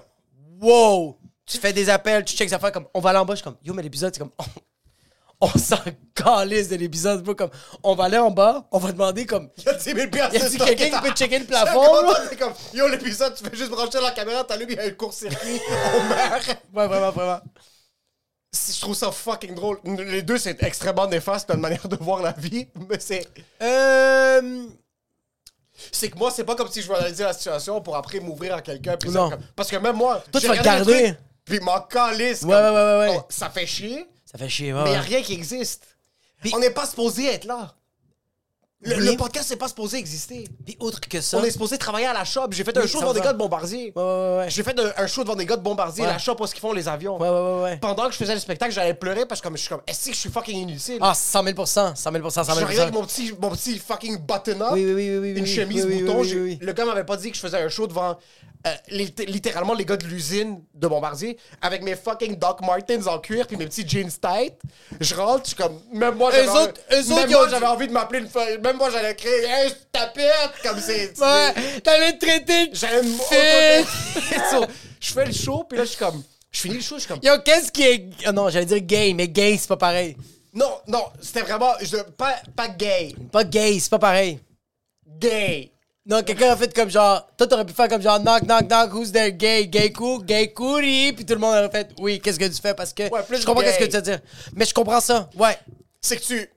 wow! Tu fais des appels, tu checks les affaires comme on va aller en bas. Je suis comme yo, mais l'épisode, c'est comme [LAUGHS] on, on s'en calisse de l'épisode, bro. Comme on va aller en bas, on va demander comme Il y a 10 000 piastres, Y a-t-il c'est quelqu'un stocké qui peut dans- checker le Je plafond, suis là? content, C'est comme, yo, l'épisode, tu fais juste brancher la caméra, t'allumes, il y a un court-circuit, on meurt. ouais, vraiment, vraiment. Si- Je trouve ça fucking drôle. Les deux, c'est extrêmement néfaste, notre manière de voir la vie, mais c'est. Euh. C'est que moi, c'est pas comme si je veux analyser la situation pour après m'ouvrir à quelqu'un. puis Non. ça, comme- Parce que même moi, Toi, j'ai tu vas regardé le garder. truc, Puis m'en calisse. oh, Ouais, ouais, ouais, ouais, ouais. ça fait chier, Ça fait chier, ouais. mais y a ouais. rien qui existe. Puis- On n'est pas supposé être là. Le, Oui. le podcast, c'est pas supposé exister. Puis autre que ça. On est supposé travailler à la shop. J'ai fait un Oui, show devant des 100%. gars de Bombardier. Ouais, ouais, ouais, ouais. J'ai fait un, un show devant des gars de Bombardier, Ouais. la shop où ce qu'ils font les avions. Ouais, ouais, ouais, ouais. Pendant que je faisais le spectacle, j'allais pleurer parce que comme, je suis comme, est-ce que je suis fucking inutile? Ah, 100 000 100 000 100 je 000 regardais avec mon petit, mon petit fucking button-up, Oui, oui, oui, oui, oui, une oui, chemise oui, oui, bouton. oui, j'ai- oui, oui. Le gars m'avait pas dit que je faisais un show devant euh, lit- littéralement les gars de l'usine de Bombardier avec mes fucking Doc Martens en cuir puis mes petits jeans tight. Je rentre, je suis comme, même moi j'avais Eux envie, autres- eux même autres, ils moi, ont- j'avais envie de m'appeler une feuille, même moi j'allais créer, hey, je tapette comme c'est. Ouais, t'avais traité de J'aime Fait- [LAUGHS] So, Je fais le show, puis là, je suis comme. Je finis le show, je suis comme. Yo, qu'est-ce qui est. Ah non, j'allais dire gay, mais gay, c'est pas pareil. Non, non, c'était vraiment. je- pas, pas gay. Pas gay, c'est pas pareil. Gay. Non, quelqu'un a fait comme genre. Toi, t'aurais pu faire comme genre knock, knock, knock, who's there? Gay, gay cool, gay coolie. Puis tout le monde aurait fait oui, qu'est-ce que tu fais? Parce que. Ouais, plus je comprends gay. qu'est-ce que tu veux dire. Mais je comprends ça, ouais. C'est que tu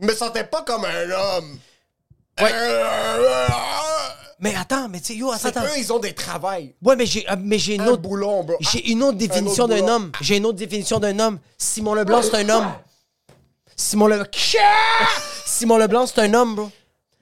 me sentais pas comme un homme. Ouais. Euh, Mais attends, mais tu sais, yo, attends, c'est que attends. eux, ils ont des travails. Ouais, mais j'ai, ah, mais j'ai une Un autre. boulon, bro. J'ai une autre définition autre d'un boulot. homme. J'ai une autre définition d'un homme. Simon Leblanc, c'est un homme. Simon Leblanc. Ah! Simon Leblanc, c'est un homme, bro.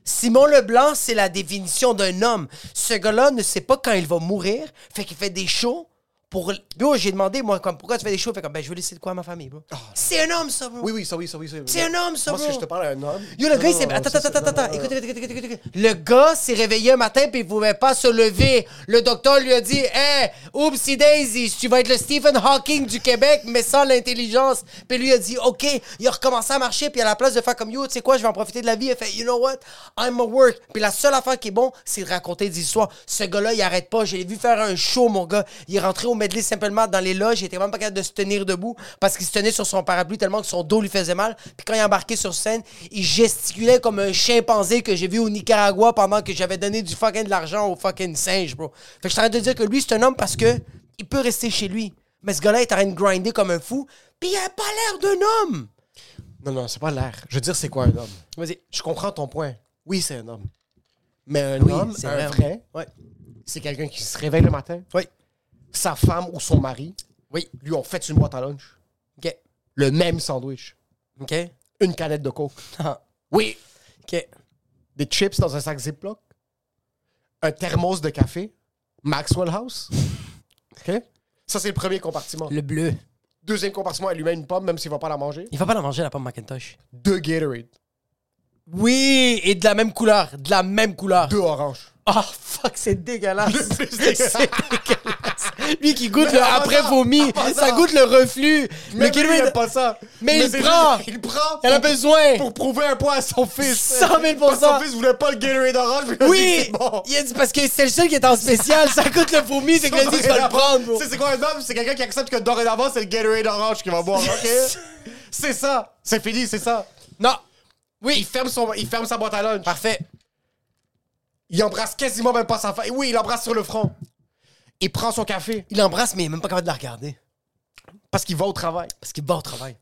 Simon Leblanc, c'est la définition d'un homme. Ce gars-là ne sait pas quand il va mourir, fait qu'il fait des shows pour. Yo, j'ai demandé, moi, comme, pourquoi tu fais des shows? Fait comme, ben, je veux laisser de quoi à ma famille, bro. C'est un homme, ça, bro. Oui, oui, ça, oui, ça, oui. ça, oui. C'est un homme, ça, Moi, bro. si je te parle à un homme. Yo, le Non, gars, il non, s'est. non, Attends, c'est- euh, attends, non, attends, non, attends. non, Écoute, non. écoute, écoute, écoute, écoute. Le gars s'est réveillé un matin puis il pouvait pas se lever. Le docteur lui a dit Hey, oupsie daisy, tu vas être le Stephen Hawking du Québec, mais sans l'intelligence. Puis lui a dit Ok, il a recommencé à marcher, puis à la place de faire comme Yo, tu sais quoi, je vais en profiter de la vie, il a fait You know what, I'm a work. Puis la seule affaire qui est bon, c'est de raconter des histoires. Ce gars-là, il arrête pas. Je l'ai vu faire un show, mon gars. Il est rentré au medley simplement dans les loges. Il était même pas capable de se tenir debout parce qu'il se tenait sur son parapluie tellement que son dos lui faisait mal. Puis quand il est embarqué sur scène, il gesticulait comme un chimpanzé que j'ai vu au Nicaragua pendant que j'avais donné du fucking de l'argent au fucking singe, bro. Fait que je suis en train de dire que lui, c'est un homme parce que il peut rester chez lui. Mais ce gars-là est en train de grinder comme un fou. Puis il a pas l'air d'un homme. Non, non, c'est pas l'air. Je veux dire, c'est quoi un homme? Vas-y. Je comprends ton point. Oui, c'est un homme. Mais un Oui, homme, c'est vrai. un vrai, Ouais. c'est quelqu'un qui se réveille le matin, Oui. sa femme ou son mari Oui. lui ont fait une boîte à lunch. OK. Le même sandwich. OK. Ah. Une canette [LAUGHS] de coke. OK. Oui. Des chips dans un sac Ziploc. Un thermos de café. Maxwell [LAUGHS] House. OK? Ça, c'est le premier compartiment. Le bleu. Deuxième compartiment, elle lui met une pomme, même s'il va pas la manger. Il va pas la manger, la pomme Macintosh. Deux Gatorade. Oui, et de la même couleur, de la même couleur. Deux oranges. Ah, fuck, c'est dégueulasse. Le plus dégueulasse. [LAUGHS] C'est dégueulasse. Lui qui goûte Mais le avant après ça, vomi, avant ça ça. goûte le reflus. Mais Le lui, il Gatorade, aime pas ça. Mais il c'est prend. juste- Il prend. elle a pour- besoin. pour prouver un point à son fils. 100 000 Parce que Son fils voulait pas le Gatorade orange, mais il a dit Oui, c'est bon. il a dit parce que c'est le seul qui est en spécial, ça goûte le vomi, c'est que le dit, tu vas le prendre. bro. Tu sais, c'est quoi un homme? C'est quelqu'un qui accepte que dorénavant, c'est le Gatorade orange qui va boire, ok? [LAUGHS] c'est ça. C'est fini, c'est ça. Non, Oui, il ferme, son, il ferme sa boîte à lunch. parfait. Il embrasse quasiment même pas sa femme. Oui, il l'embrasse sur le front. Il prend son café Il l'embrasse, mais il est même pas capable de la regarder parce qu'il va au travail. parce qu'il bat au travail.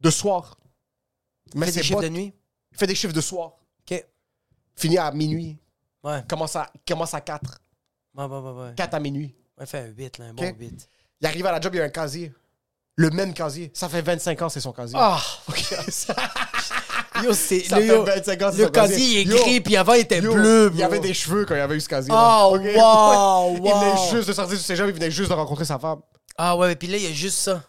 De soir. Il Mais fait des c'est chiffres pas... de nuit. Il fait des chiffres de soir. Ok, Finit à minuit. ouais, Commence à, commence à 4. ouais, ouais, ouais. ouais. 4 à minuit. Ouais, fait un 8, là, un Ok. bon 8. Il arrive à la job, il y a un casier. Le même casier. Ça fait 25 ans, c'est son casier. Ah, [LAUGHS] ça yo, c'est. ça le- fait yo, 25 ans, c'est Le son casier. casier il est Yo, gris, puis avant il était Yo, bleu. Il y bro. avait des cheveux quand il y avait eu ce casier. Ah, là. Ok? wow, [LAUGHS] Il venait wow. juste de sortir du cégep, il venait juste de rencontrer sa femme. Ah ouais, mais puis là, il y a juste ça.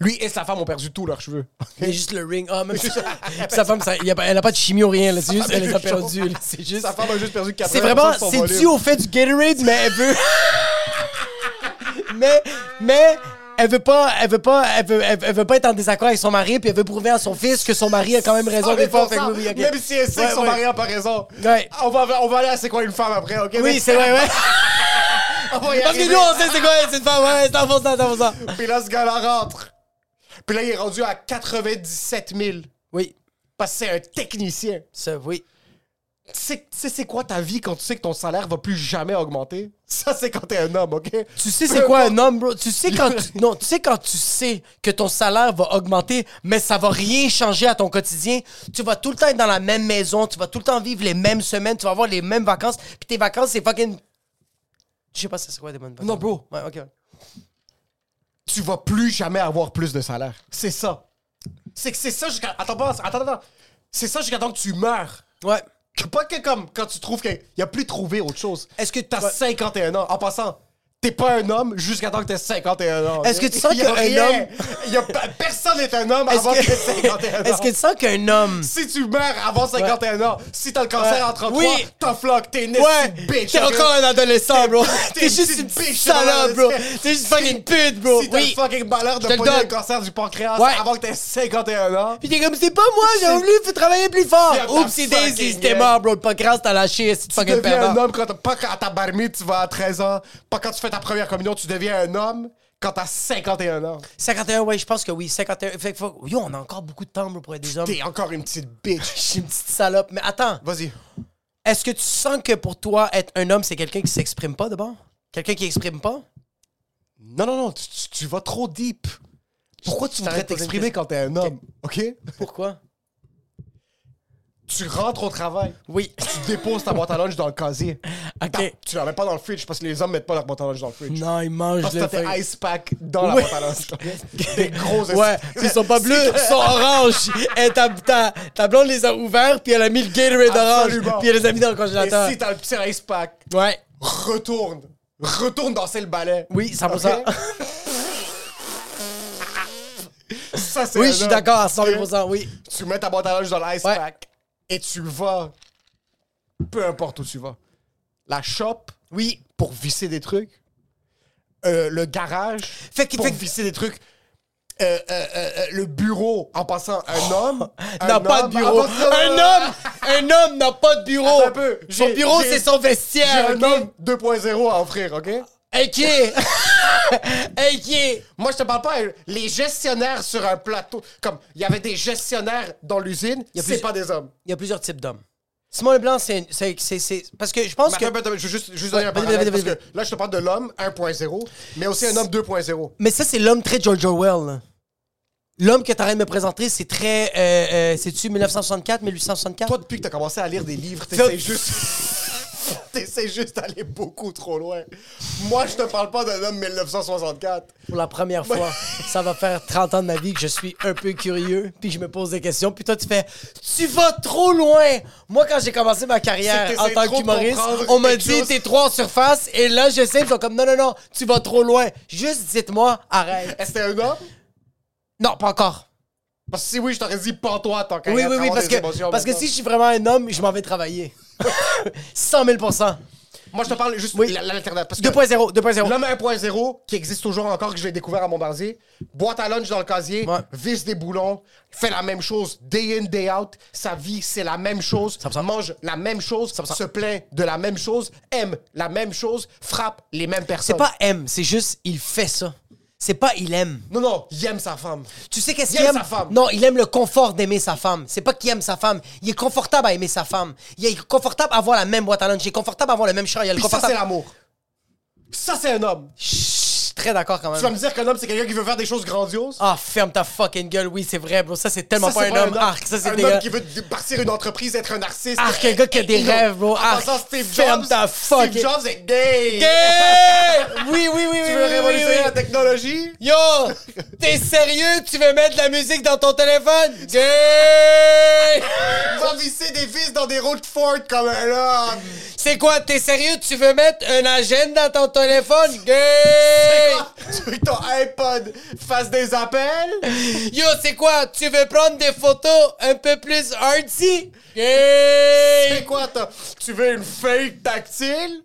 Lui et sa femme ont perdu tous leurs cheveux. [LAUGHS] Il y a juste le ring. Ah, même sa- sa femme, ça- il y a pas- elle a pas de chimio, rien. là. C'est juste, elle les a perdu. là. [LAUGHS] C'est juste. Sa femme a juste perdu 4 C'est vraiment. C'est dû au fait du Gatorade, mais elle veut. mais. Mais. Elle veut pas, elle veut pas, elle veut, elle veut- elle veut pas être en désaccord avec son mari, puis elle veut prouver à son fils que son mari a quand même raison des fois. Fait que oui, oui, ok. Même si elle sait Ouais, que son ouais. mari a pas raison. Ouais. On, va, on va aller à C'est quoi une femme après, ok? Oui, Mais- c'est vrai, ouais. On va Parce y que arriver. nous, on sait c'est quoi c'est une femme. Ouais, c'est 100%, 100%. Puis là, ce gars-là rentre. Puis là, il est rendu à 97 000. Oui, Parce que c'est un technicien. ça, oui. Tu sais, tu sais c'est quoi ta vie quand tu sais que ton salaire va plus jamais augmenter? Ça, c'est quand t'es un homme, OK? Tu sais c'est quoi un homme, bro? Tu sais quand tu... Non, tu sais quand tu sais que ton salaire va augmenter, mais ça va rien changer à ton quotidien. Tu vas tout le temps être dans la même maison, tu vas tout le temps vivre les mêmes semaines, tu vas avoir les mêmes vacances, puis tes vacances, c'est fucking... Je sais pas si c'est quoi des bonnes vacances. Non, bro. Ouais, OK. ouais. Tu vas plus jamais avoir plus de salaire. C'est ça. C'est que c'est ça jusqu'à... Attends, pense, attends, attends. C'est ça jusqu'à temps que tu meurs. Ouais. Que Pas que comme quand tu trouves qu'il y a plus trouvé autre chose. Est-ce que T'as Ouais. 51 ans. En passant, t'es pas un homme jusqu'à temps que t'aies 51 ans. Est-ce que tu sens Il y a qu'un rien. homme- Il y a pe- Personne n'est un homme Est-ce avant que, que- t'aies 51 [LAUGHS] ans. Est-ce que tu sens qu'un homme... Si tu meurs avant 51 ans, si t'as le cancer Ouais. en 33, Oui. t'as floc, t'es une Ouais, petite bitch. t'es ok? encore un adolescent, bro. [LAUGHS] T'es T'es une juste petite une petite bitch, t'es un salope, bro. adolescent. T'es juste fucking pute, bro. Si t'as le Oui. fucking malheur de Je te le pogner le donne. cancer du pancréas Ouais. avant que t'aies 51 ans, Puis t'es comme, c'est pas moi, j'ai voulu faut travailler plus fort. Ferme ta Oups, c'est fucking Daisy, gueule. t'es mort, bro. Le podcast, t'as lâché, c'est tu fucking deviens un pervers. homme quand t'as- pas quand à ta bar mitzvah, tu vas à 13 ans, pas quand tu fais ta première communion, tu deviens un homme quand t'as 51 ans. 51, ouais, je pense que oui. 51. Fait que, faut- yo, on a encore beaucoup de temps, bro, pour être des hommes. T'es encore une petite bitch. Je suis une petite salope. Mais attends, Vas-y. est-ce que tu sens que pour toi, être un homme, c'est quelqu'un qui s'exprime pas d'abord? Quelqu'un qui exprime pas? Non, non, non, tu, tu- tu vas trop deep. Pourquoi tu Je voudrais t'arrête pour t'exprimer une quand t'es un homme, ok? [LAUGHS] Pourquoi? Tu rentres au travail, Oui. tu déposes ta boîte à lunch dans le casier. OK. Tu la mets pas dans le fridge parce que les hommes mettent pas leur boîte à lunch dans le fridge. Non, il mange Parce que le t'as tes feu. ice pack dans Ouais. la boîte à [LAUGHS] lunch. ok? Des gros Ouais, ils sont pas bleus, [LAUGHS] ils sont oranges. Et ta, ta, ta blonde les a ouverts, puis elle a mis le Gatorade Absolument. orange, puis elle les a mis dans le Et congélateur. si t'as le petit ice pack, Ouais. retourne. Retourne danser le ballet. Oui, 100%. [LAUGHS] Ok? Ça, c'est Oui, un je suis homme. d'accord à 100%, oui. Tu mets ta boîte à linge dans l'ice Ouais. pack et tu vas, peu importe où tu vas, la shop Oui. pour visser des trucs, euh, le garage Fait que- pour fait que- visser des trucs, euh, euh, euh, euh, le bureau en passant un homme un N'a Oh. pas homme- Ah, de bureau. en passant- Un homme, un homme n'a pas de bureau. Attends un peu, Son j'ai- bureau, j'ai- c'est son euh, J'ai vestiaire. un ok? homme 2.0 à offrir, ok? Ok. [LAUGHS] Ok. Moi, je te parle pas, euh, les gestionnaires sur un plateau, comme il y avait des gestionnaires dans l'usine, y a c'est plus- pas des hommes. Il y a plusieurs types d'hommes. Simon Leblanc, c'est. c'est- c'est- c'est- Parce que je pense Parce que. que- attends, attends, je veux juste, juste donner un Ouais, vas-y, parallèle, vas-y, parce que vas-y. là, je te parle de l'homme 1.0, mais aussi un homme 2.0. Mais ça, c'est l'homme très George Orwell. là. L'homme que t'arrêtes de me présenter, c'est très. euh, euh, C'est-tu 1964, 1864? Toi, depuis que t'as commencé à lire des livres, t'essaies Fais- juste... [LAUGHS] t'essaies juste d'aller beaucoup trop loin. Moi, je te parle pas d'un homme 1964. Pour la première fois, ça va faire 30 ans de ma vie que je suis un peu curieux, puis je me pose des questions, puis toi tu fais Tu vas trop loin Moi, quand j'ai commencé ma carrière C'est que en t'essaies tant trop de qu'humoriste, comprendre on m'a quelque dit chose. T'es trois en surface, et là je sais, ils sont comme Non, non, non, tu vas trop loin. Juste dites-moi, arrête. Est-ce que t'es un homme? Non, pas encore. Parce que si oui, je t'aurais dit « toi tant qu'à Oui, y oui, oui, avoir parce des que, émotions parce que maintenant. si je suis vraiment un homme, je m'en vais [LAUGHS] travailler. 100 000 Moi, je te parle juste Oui. de l'alternate. Parce que 2.0, 2.0. l'homme 1.0, qui existe toujours encore, que j'ai découvert à Montbarzier, boîte à lunch dans le casier, Ouais. visse des boulons, fait la même chose, day in, day out, sa vie, c'est la même chose, mange la même chose, se plaint de la même chose, aime la même chose, frappe les mêmes personnes. C'est pas aime, c'est juste il fait ça. C'est pas il aime. Non, non, il aime sa femme. Tu sais qu'est-ce Il qu'il aime aime? sa femme. Non, il aime le confort d'aimer sa femme. C'est pas qu'il aime sa femme. Il est confortable à aimer sa femme. Il est confortable à avoir la même boîte à lunch. Il est confortable à avoir le même char. Il est Puis ça, confortable. c'est l'amour. Ça, c'est un homme. Chut, très d'accord quand Tu vas même. me dire qu'un homme, c'est quelqu'un qui veut faire des choses grandioses? Ah, ferme ta fucking gueule. Oui, c'est vrai, bro. Ça, c'est tellement Ça, pas, c'est un homme. Arc, ça, c'est Un dégueulasse. homme qui veut d- partir une entreprise, être un narcisse. Arc, un gars qui a des Non. rêves, bro. En Arc, passant, Steve ferme Jobs, ta Steve fucking... Jobs est gay. [LAUGHS] Yeah! Oui, oui, oui, oui, oui, Tu veux oui, révolutionner oui. la technologie? Yo, t'es sérieux? Tu veux mettre de la musique dans ton téléphone? Gay! Va visser des vis dans des routes Ford comme un homme. C'est quoi? T'es sérieux? Tu veux mettre un agenda dans ton téléphone? Gay! Ah, Tu veux que ton iPod fasse des appels? Yo, c'est quoi? Tu veux prendre des photos un peu plus artsy? Gay! C'est quoi, toi? Tu veux une feuille tactile?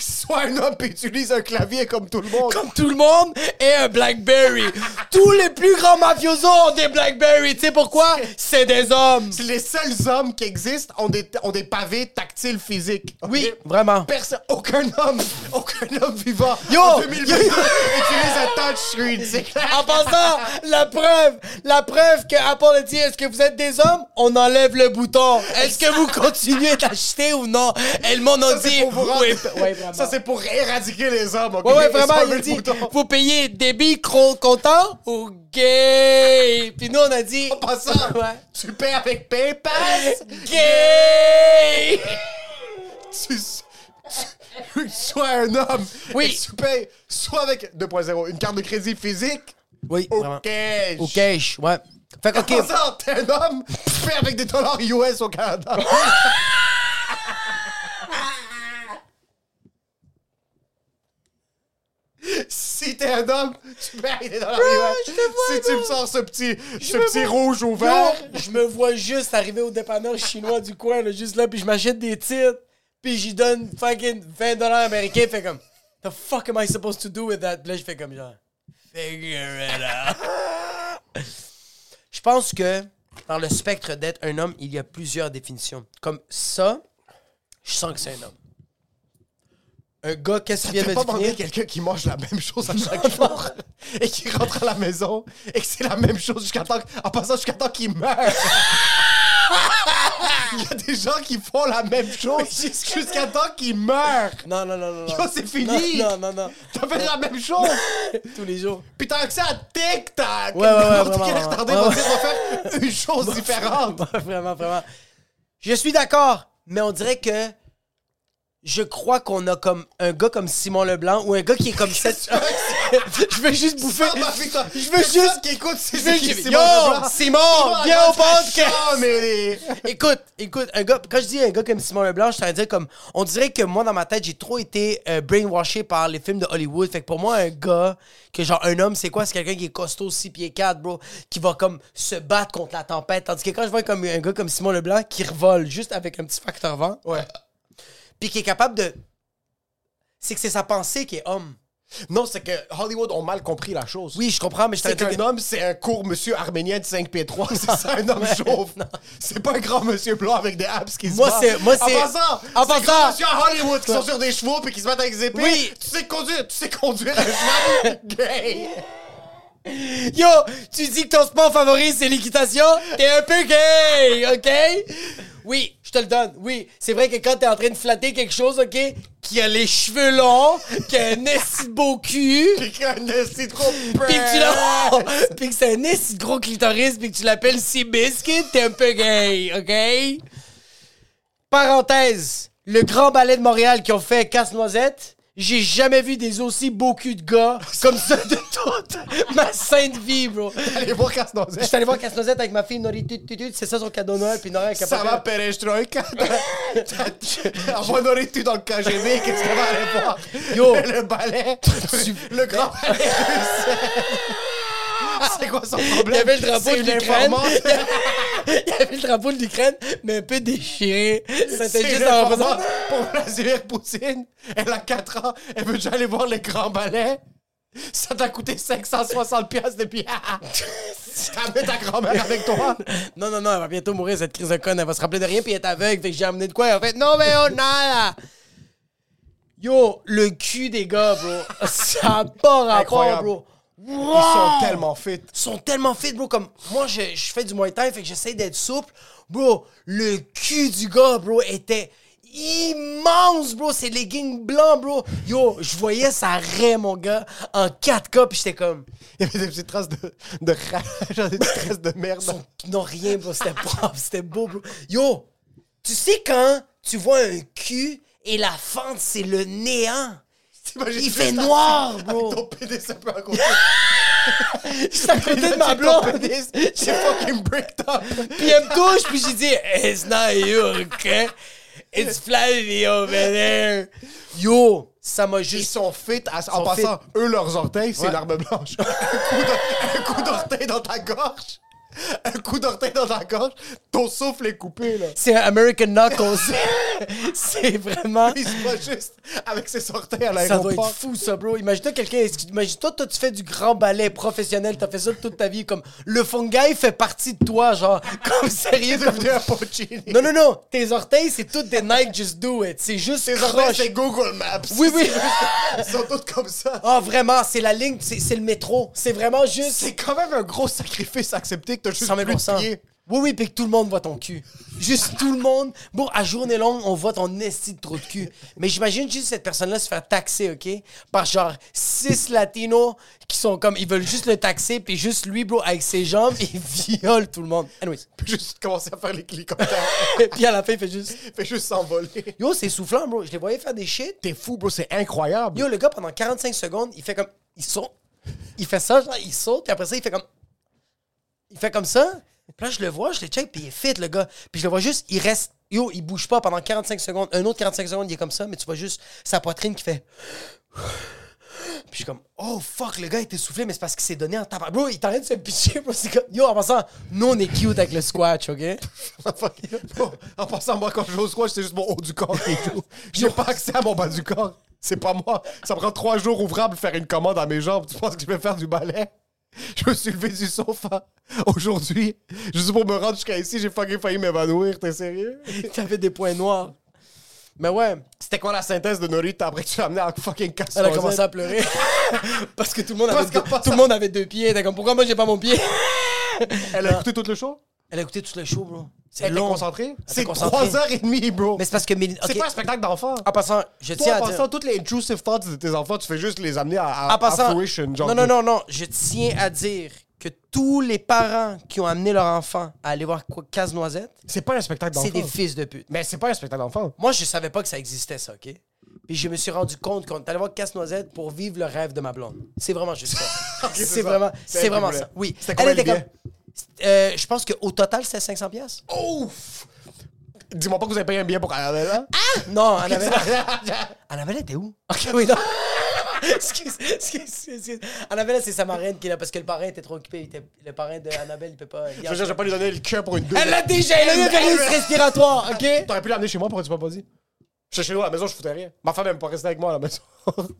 Sois un homme et utilise un clavier comme tout le monde. Comme tout le monde et un Blackberry. Tous les plus grands mafiosos ont des Blackberry. Tu sais pourquoi? C'est des hommes. C'est Les seuls hommes qui existent ont des, ont des pavés tactiles physiques. ok? Oui, vraiment. Personne, aucun homme, aucun homme vivant Yo! en 2022 Yo, yo! utilise un touchscreen. C'est clair. En passant, la preuve, la preuve que Apple a dit est-ce que vous êtes des hommes On enlève le bouton. Est-ce que vous continuez d'acheter ou non Et le monde a Ça, c'est dit pour vous rendre- oui, ouais, vraiment. Ça, c'est pour éradiquer les hommes. ok? Ouais, [LAUGHS] ouais, Ils vraiment, sont il a le dit, bouton. faut payer débit, cro- comptant ou gay. Puis nous, on a dit, En passant, [LAUGHS] Ouais. tu paies avec PayPal. gay. tu, tu- [LAUGHS] tu sois un homme. Oui. Et tu payes soit avec 2.0, une carte de crédit physique. Oui, vraiment. Ok. Au cash, ouais. Fait [LAUGHS] que, En OK, passant, t'es un homme, tu paies avec des dollars US au Canada. Si t'es un homme, tu paies avec des dollars US. je te vois, si tu bro. me sors ce petit, ce me petit vois. rouge au vert, Yo, je me vois juste arriver au dépanneur chinois du coin, là, juste là, puis je m'achète des titres, puis j'y donne fucking 20 dollars américains, fait comme, the fuck am I supposed to do with that? Puis là, je fais comme genre, figure it out. Je pense que dans le spectre d'être un homme, il y a plusieurs définitions. Comme ça, je sens que c'est un homme. Un gars, qu'est-ce qu'il vient T'as me pas demandé définir? quelqu'un qui mange la même chose à chaque [LAUGHS] jour et qui rentre à la maison et que c'est la même chose jusqu'à temps en passant jusqu'à temps qu'il [LAUGHS] meurt. Il y a des gens qui font la même chose jusqu'à temps qu'ils meurent. Non, non, non, non. non. Yo, c'est fini. Non, non, non, T'as fait la même chose. non. Tous les jours. Puis t'as accès à TikTok. Ouais, ouais, ouais, N'importe vraiment, quel vraiment. retardé Ouais, va ouais. dire, va faire [LAUGHS] une chose différente. vraiment, vraiment. Je suis d'accord, mais on dirait que je crois qu'on a comme un gars comme Simon Leblanc ou un gars qui est [LAUGHS] comme cette. [LAUGHS] je veux juste bouffer. Ferme ma vie, toi. Je veux juste. qui écoute, c'est Je veux c'est qui, juste- Simon Yo, Leblanc. Simon, Simon, viens arrête au de faire podcast. ça, mais- Écoute, écoute, un gars, quand je dis un gars comme Simon Leblanc, je suis en train de dire comme. On dirait que moi, dans ma tête, j'ai trop été euh, brainwashé par les films de Hollywood. Fait que pour moi, un gars, que genre un homme, c'est quoi? C'est quelqu'un qui est costaud, 6 pieds 4, bro, qui va comme se battre contre la tempête. Tandis que quand je vois comme un gars comme Simon Leblanc qui revole juste avec un petit facteur vent, Ouais. puis qui est capable de. C'est que c'est sa pensée qui est homme. Non, c'est que Hollywood ont mal compris la chose. Oui, je comprends, mais je C'est t'arrête qu'un homme, c'est un court monsieur arménien de 5 [LAUGHS] pieds 3. C'est ça, un homme chauve. C'est pas un grand monsieur blanc avec des abs qui se Moi, bat. c'est- moi, c'est- En passant, en c'est passant- grand monsieur à Hollywood qui sont sur des chevaux puis qui se battent avec des épées. Oui. Tu sais conduire, tu sais conduire un [LAUGHS] cheval gay. Yo, tu dis que ton sport favori, c'est l'équitation? T'es un peu gay, OK? Oui, je te le donne, oui. C'est vrai que quand t'es en train de flatter quelque chose, OK, qui a les cheveux longs, qui a un esti de beau cul... Puis qu'un esti trop Pis que tu l'as... Pis que c'est un esti de gros clitoris, pis que tu l'appelles Seabiscuit, t'es un peu gay, OK? Parenthèse, le Grand Ballet de Montréal qui ont fait Casse-Noisette, j'ai jamais vu des aussi beaux culs de gars comme ça de toute ma sainte vie, bro. Allez voir Je suis allé voir Casse-Noisette avec ma fille Nori Tut Tut Tut, c'est ça son cadeau de Noël, puis Nora est Ça capable va, [LAUGHS] Perestroika? Envoie tu dans le KGB, qu'est-ce qu'on va aller voir? Yo. [LAUGHS] Le ballet, le grand [LAUGHS] ballet russe. C'est quoi son Il y problème? avait le drapeau C'est de une l'Ukraine. informante. Il y avait le drapeau de l'Ukraine, mais un peu déchiré. [LAUGHS] C'était C'est juste une en informante représentant... pour Vladimir Poutine. Elle a 4 ans, elle veut déjà aller voir le grand ballet. Ça t'a coûté 560 piastres de billets. [LAUGHS] Ramène ta grand-mère avec toi. Non, non, non, elle va bientôt mourir, cette crise de conne. Elle va se rappeler de rien, puis elle est aveugle. Fait que j'ai amené de quoi? Et en fait, non, mais on a là! Yo, le cul des gars, bro. [LAUGHS] Ça a pas rapport, Incroyable. bro. Ils sont tellement fit. Ils sont tellement fit, bro. Comme moi, je, je fais du Muay Thai, fait que j'essaie d'être souple. Bro, le cul du gars, bro, était immense, bro. C'est leggings blancs, bro. Yo, je voyais ça raie, mon gars, en 4K, puis j'étais comme... [LAUGHS] Il y avait des petites traces de, de rage, [LAUGHS] des petites traces de merde. Ils n'ont rien, bro. C'était propre, c'était beau, bro. Yo, tu sais quand tu vois un cul et la fente, c'est le néant. T'imagines Il juste fait ça, noir, bro. Avec ton pénis un peu à [LAUGHS] côté. J'étais à côté de ma Avec blonde. Ton pénis, j'ai fucking bricked up. Puis elle me touche, puis j'ai dit, It's not you, OK? It's Flavio over there. Yo, ça m'a Ils juste. sont fit. à- en sont passant, eux, leurs orteils, c'est [LAUGHS] Ouais. l'arme blanche. un coup de- un coup d'orteil dans ta gorge. un coup d'orteil dans ta gorge, ton souffle est coupé, là. C'est un American Knuckles. [LAUGHS] c'est vraiment. Il se bat juste avec ses orteils à Ça doit l'aéroport. être fou, ça, bro. Imagine-toi quelqu'un. Imagine-toi, toi, tu fais du grand ballet professionnel. T'as fait ça toute ta vie. Comme le fungi fait partie de toi, genre. [LAUGHS] Comme sérieux. C'est comme- devenu un Puccini. Non, non, non. Tes orteils, c'est toutes des Nike Just Do It. C'est juste. Tes orteils, croche. c'est Google Maps. Oui, oui. Ils sont tous comme ça. Ah, vraiment, c'est la ligne. C'est c'est le métro. C'est vraiment juste. C'est quand même un gros sacrifice à accepter que t'as juste 100 000 plus de pieds. Oui, oui, puis que tout le monde voit ton cul. Juste tout le monde. Bon, à journée longue, on voit ton esti de trop de cul. Mais j'imagine juste cette personne-là se faire taxer, OK? Par genre six latinos qui sont comme, ils veulent juste le taxer, puis juste lui, bro, avec ses jambes, [LAUGHS] il viole tout le monde. Anyways. [LAUGHS] Puis juste commencer à faire les [LAUGHS] clics-clics-clics. puis à la fin, il fait juste. Fait juste s'envoler. Yo, c'est soufflant, bro. Je les voyais faire des shit. T'es fou, bro, c'est incroyable. Yo, le gars, pendant 45 secondes, il fait comme. Il saute. Il fait ça, genre, il saute, puis après ça, il fait comme. Il fait comme ça. Puis là, je le vois, je le check, puis il est fit, le gars. Puis je le vois juste, il reste. Yo, il bouge pas pendant 45 secondes. Un autre 45 secondes, il est comme ça, mais tu vois juste sa poitrine qui fait. Puis je suis comme, oh fuck, le gars était soufflé, mais c'est parce qu'il s'est donné en tabac. Bro, il est en train de se pitcher, bro. C'est comme, yo, en passant, nous on est cute avec le squatch, ok? [LAUGHS] Bon, en passant, moi, quand je joue au squash, c'est juste mon haut du corps qui joue. [LAUGHS] J'ai pas accès à mon bas du corps. C'est pas moi. Ça prend trois jours ouvrables faire une commande à mes jambes. Tu penses que je vais faire du ballet? Je me suis levé du sofa aujourd'hui. Juste pour me rendre jusqu'à ici, j'ai fucking failli m'évanouir. T'es sérieux? T'avais des points noirs. Mais ouais, C'était quoi la synthèse de Norita après que tu l'as amené à fucking casse Elle a commencé à pleurer. [LAUGHS] Parce que tout le monde avait, Parce deux, qu'en passant- tout le monde avait deux pieds. Elle était comme, pourquoi moi j'ai pas mon pied? Elle a écouté tout le show? Elle a écouté tout le show, bro. C'est Elle était long. concentrée? était C'est concentrée. trois heures et demie, bro. Mais c'est parce que. Mél- C'est ok. pas un spectacle d'enfant. En passant, je tiens Toi, en à dire. passant, toutes les intrusive thoughts de tes enfants, tu fais juste les amener à, à, En passant. à fruition. Genre non, non, non, non. Je tiens à dire que tous les parents qui ont amené leur enfant à aller voir quoi- Casse-Noisette, C'est pas un spectacle d'enfant. c'est des fils de pute. Mais c'est pas un spectacle d'enfant. Moi, je savais pas que ça existait, ça, OK? Puis je me suis rendu compte qu'on est allé voir Casse-Noisette pour vivre le rêve de ma blonde. C'est vraiment juste [LAUGHS] ça. c'est c'est ça. vraiment, C'est c'est elle qui vraiment voulait. ça. Oui. C'était combien le Oh. Euh, je pense qu'au total, c'était 500 pièces. Ouf! Dis-moi pas que vous avez payé un billet pour aller là. Ah, Non, [LAUGHS] Annabella. Annabella était où? Ok, oui, non. [LAUGHS] excuse, excuse, excuse. Annabella, c'est sa marraine qui est là parce que le parrain était trop occupé. il était- le parrain d'Annabelle, il peut pas. Je veux dire, je vais pas lui donner le cœur pour une douche. Elle l'a déjà, elle a eu un virus respiratoire, ok? T'aurais pu l'amener chez moi, pourquoi tu m'as pas dit? J'étais chez nous à la maison, je foutais rien. Ma femme, elle me pas rester avec moi à la [LAUGHS] maison.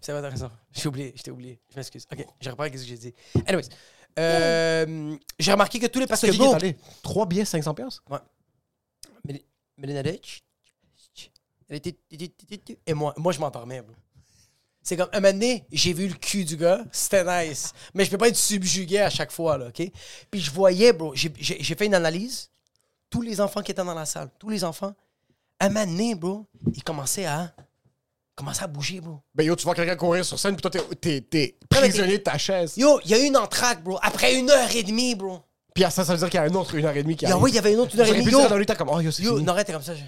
C'est pas intéressant. J'ai oublié, je t'ai oublié. Je m'excuse. Ok, je reprends quest ce que j'ai dit. Anyways, euh, j'ai remarqué que tous les. Parce que bon. 3 billets, 500 pièces Mel- Melina Dutch. Elle était- Et moi, moi je m'en permets. bro. C'est comme, un moment donné, j'ai vu le cul du gars, c'était nice. Mais je peux pas être subjugué à chaque fois, là, OK? Puis je voyais, bro, j'ai- j'ai j'ai fait une analyse. Tous les enfants qui étaient dans la salle, tous les enfants, un moment donné, bro, ils commençaient à, commençaient à bouger, bro. Ben yo, tu vois quelqu'un courir sur scène, puis toi, t'es- t'es- t'es prisonnier de ta chaise. Yo, il y a eu une entraque, bro, après une heure et demie, bro. Puis ça, ça veut dire qu'il y a un autre, une heure et demie qui Ah arrive. oui, il y avait une autre une heure et J'aurais demie, pu yo. dire dans le temps comme, oh yo, c'est Yo, fini. Nora était comme ça. je-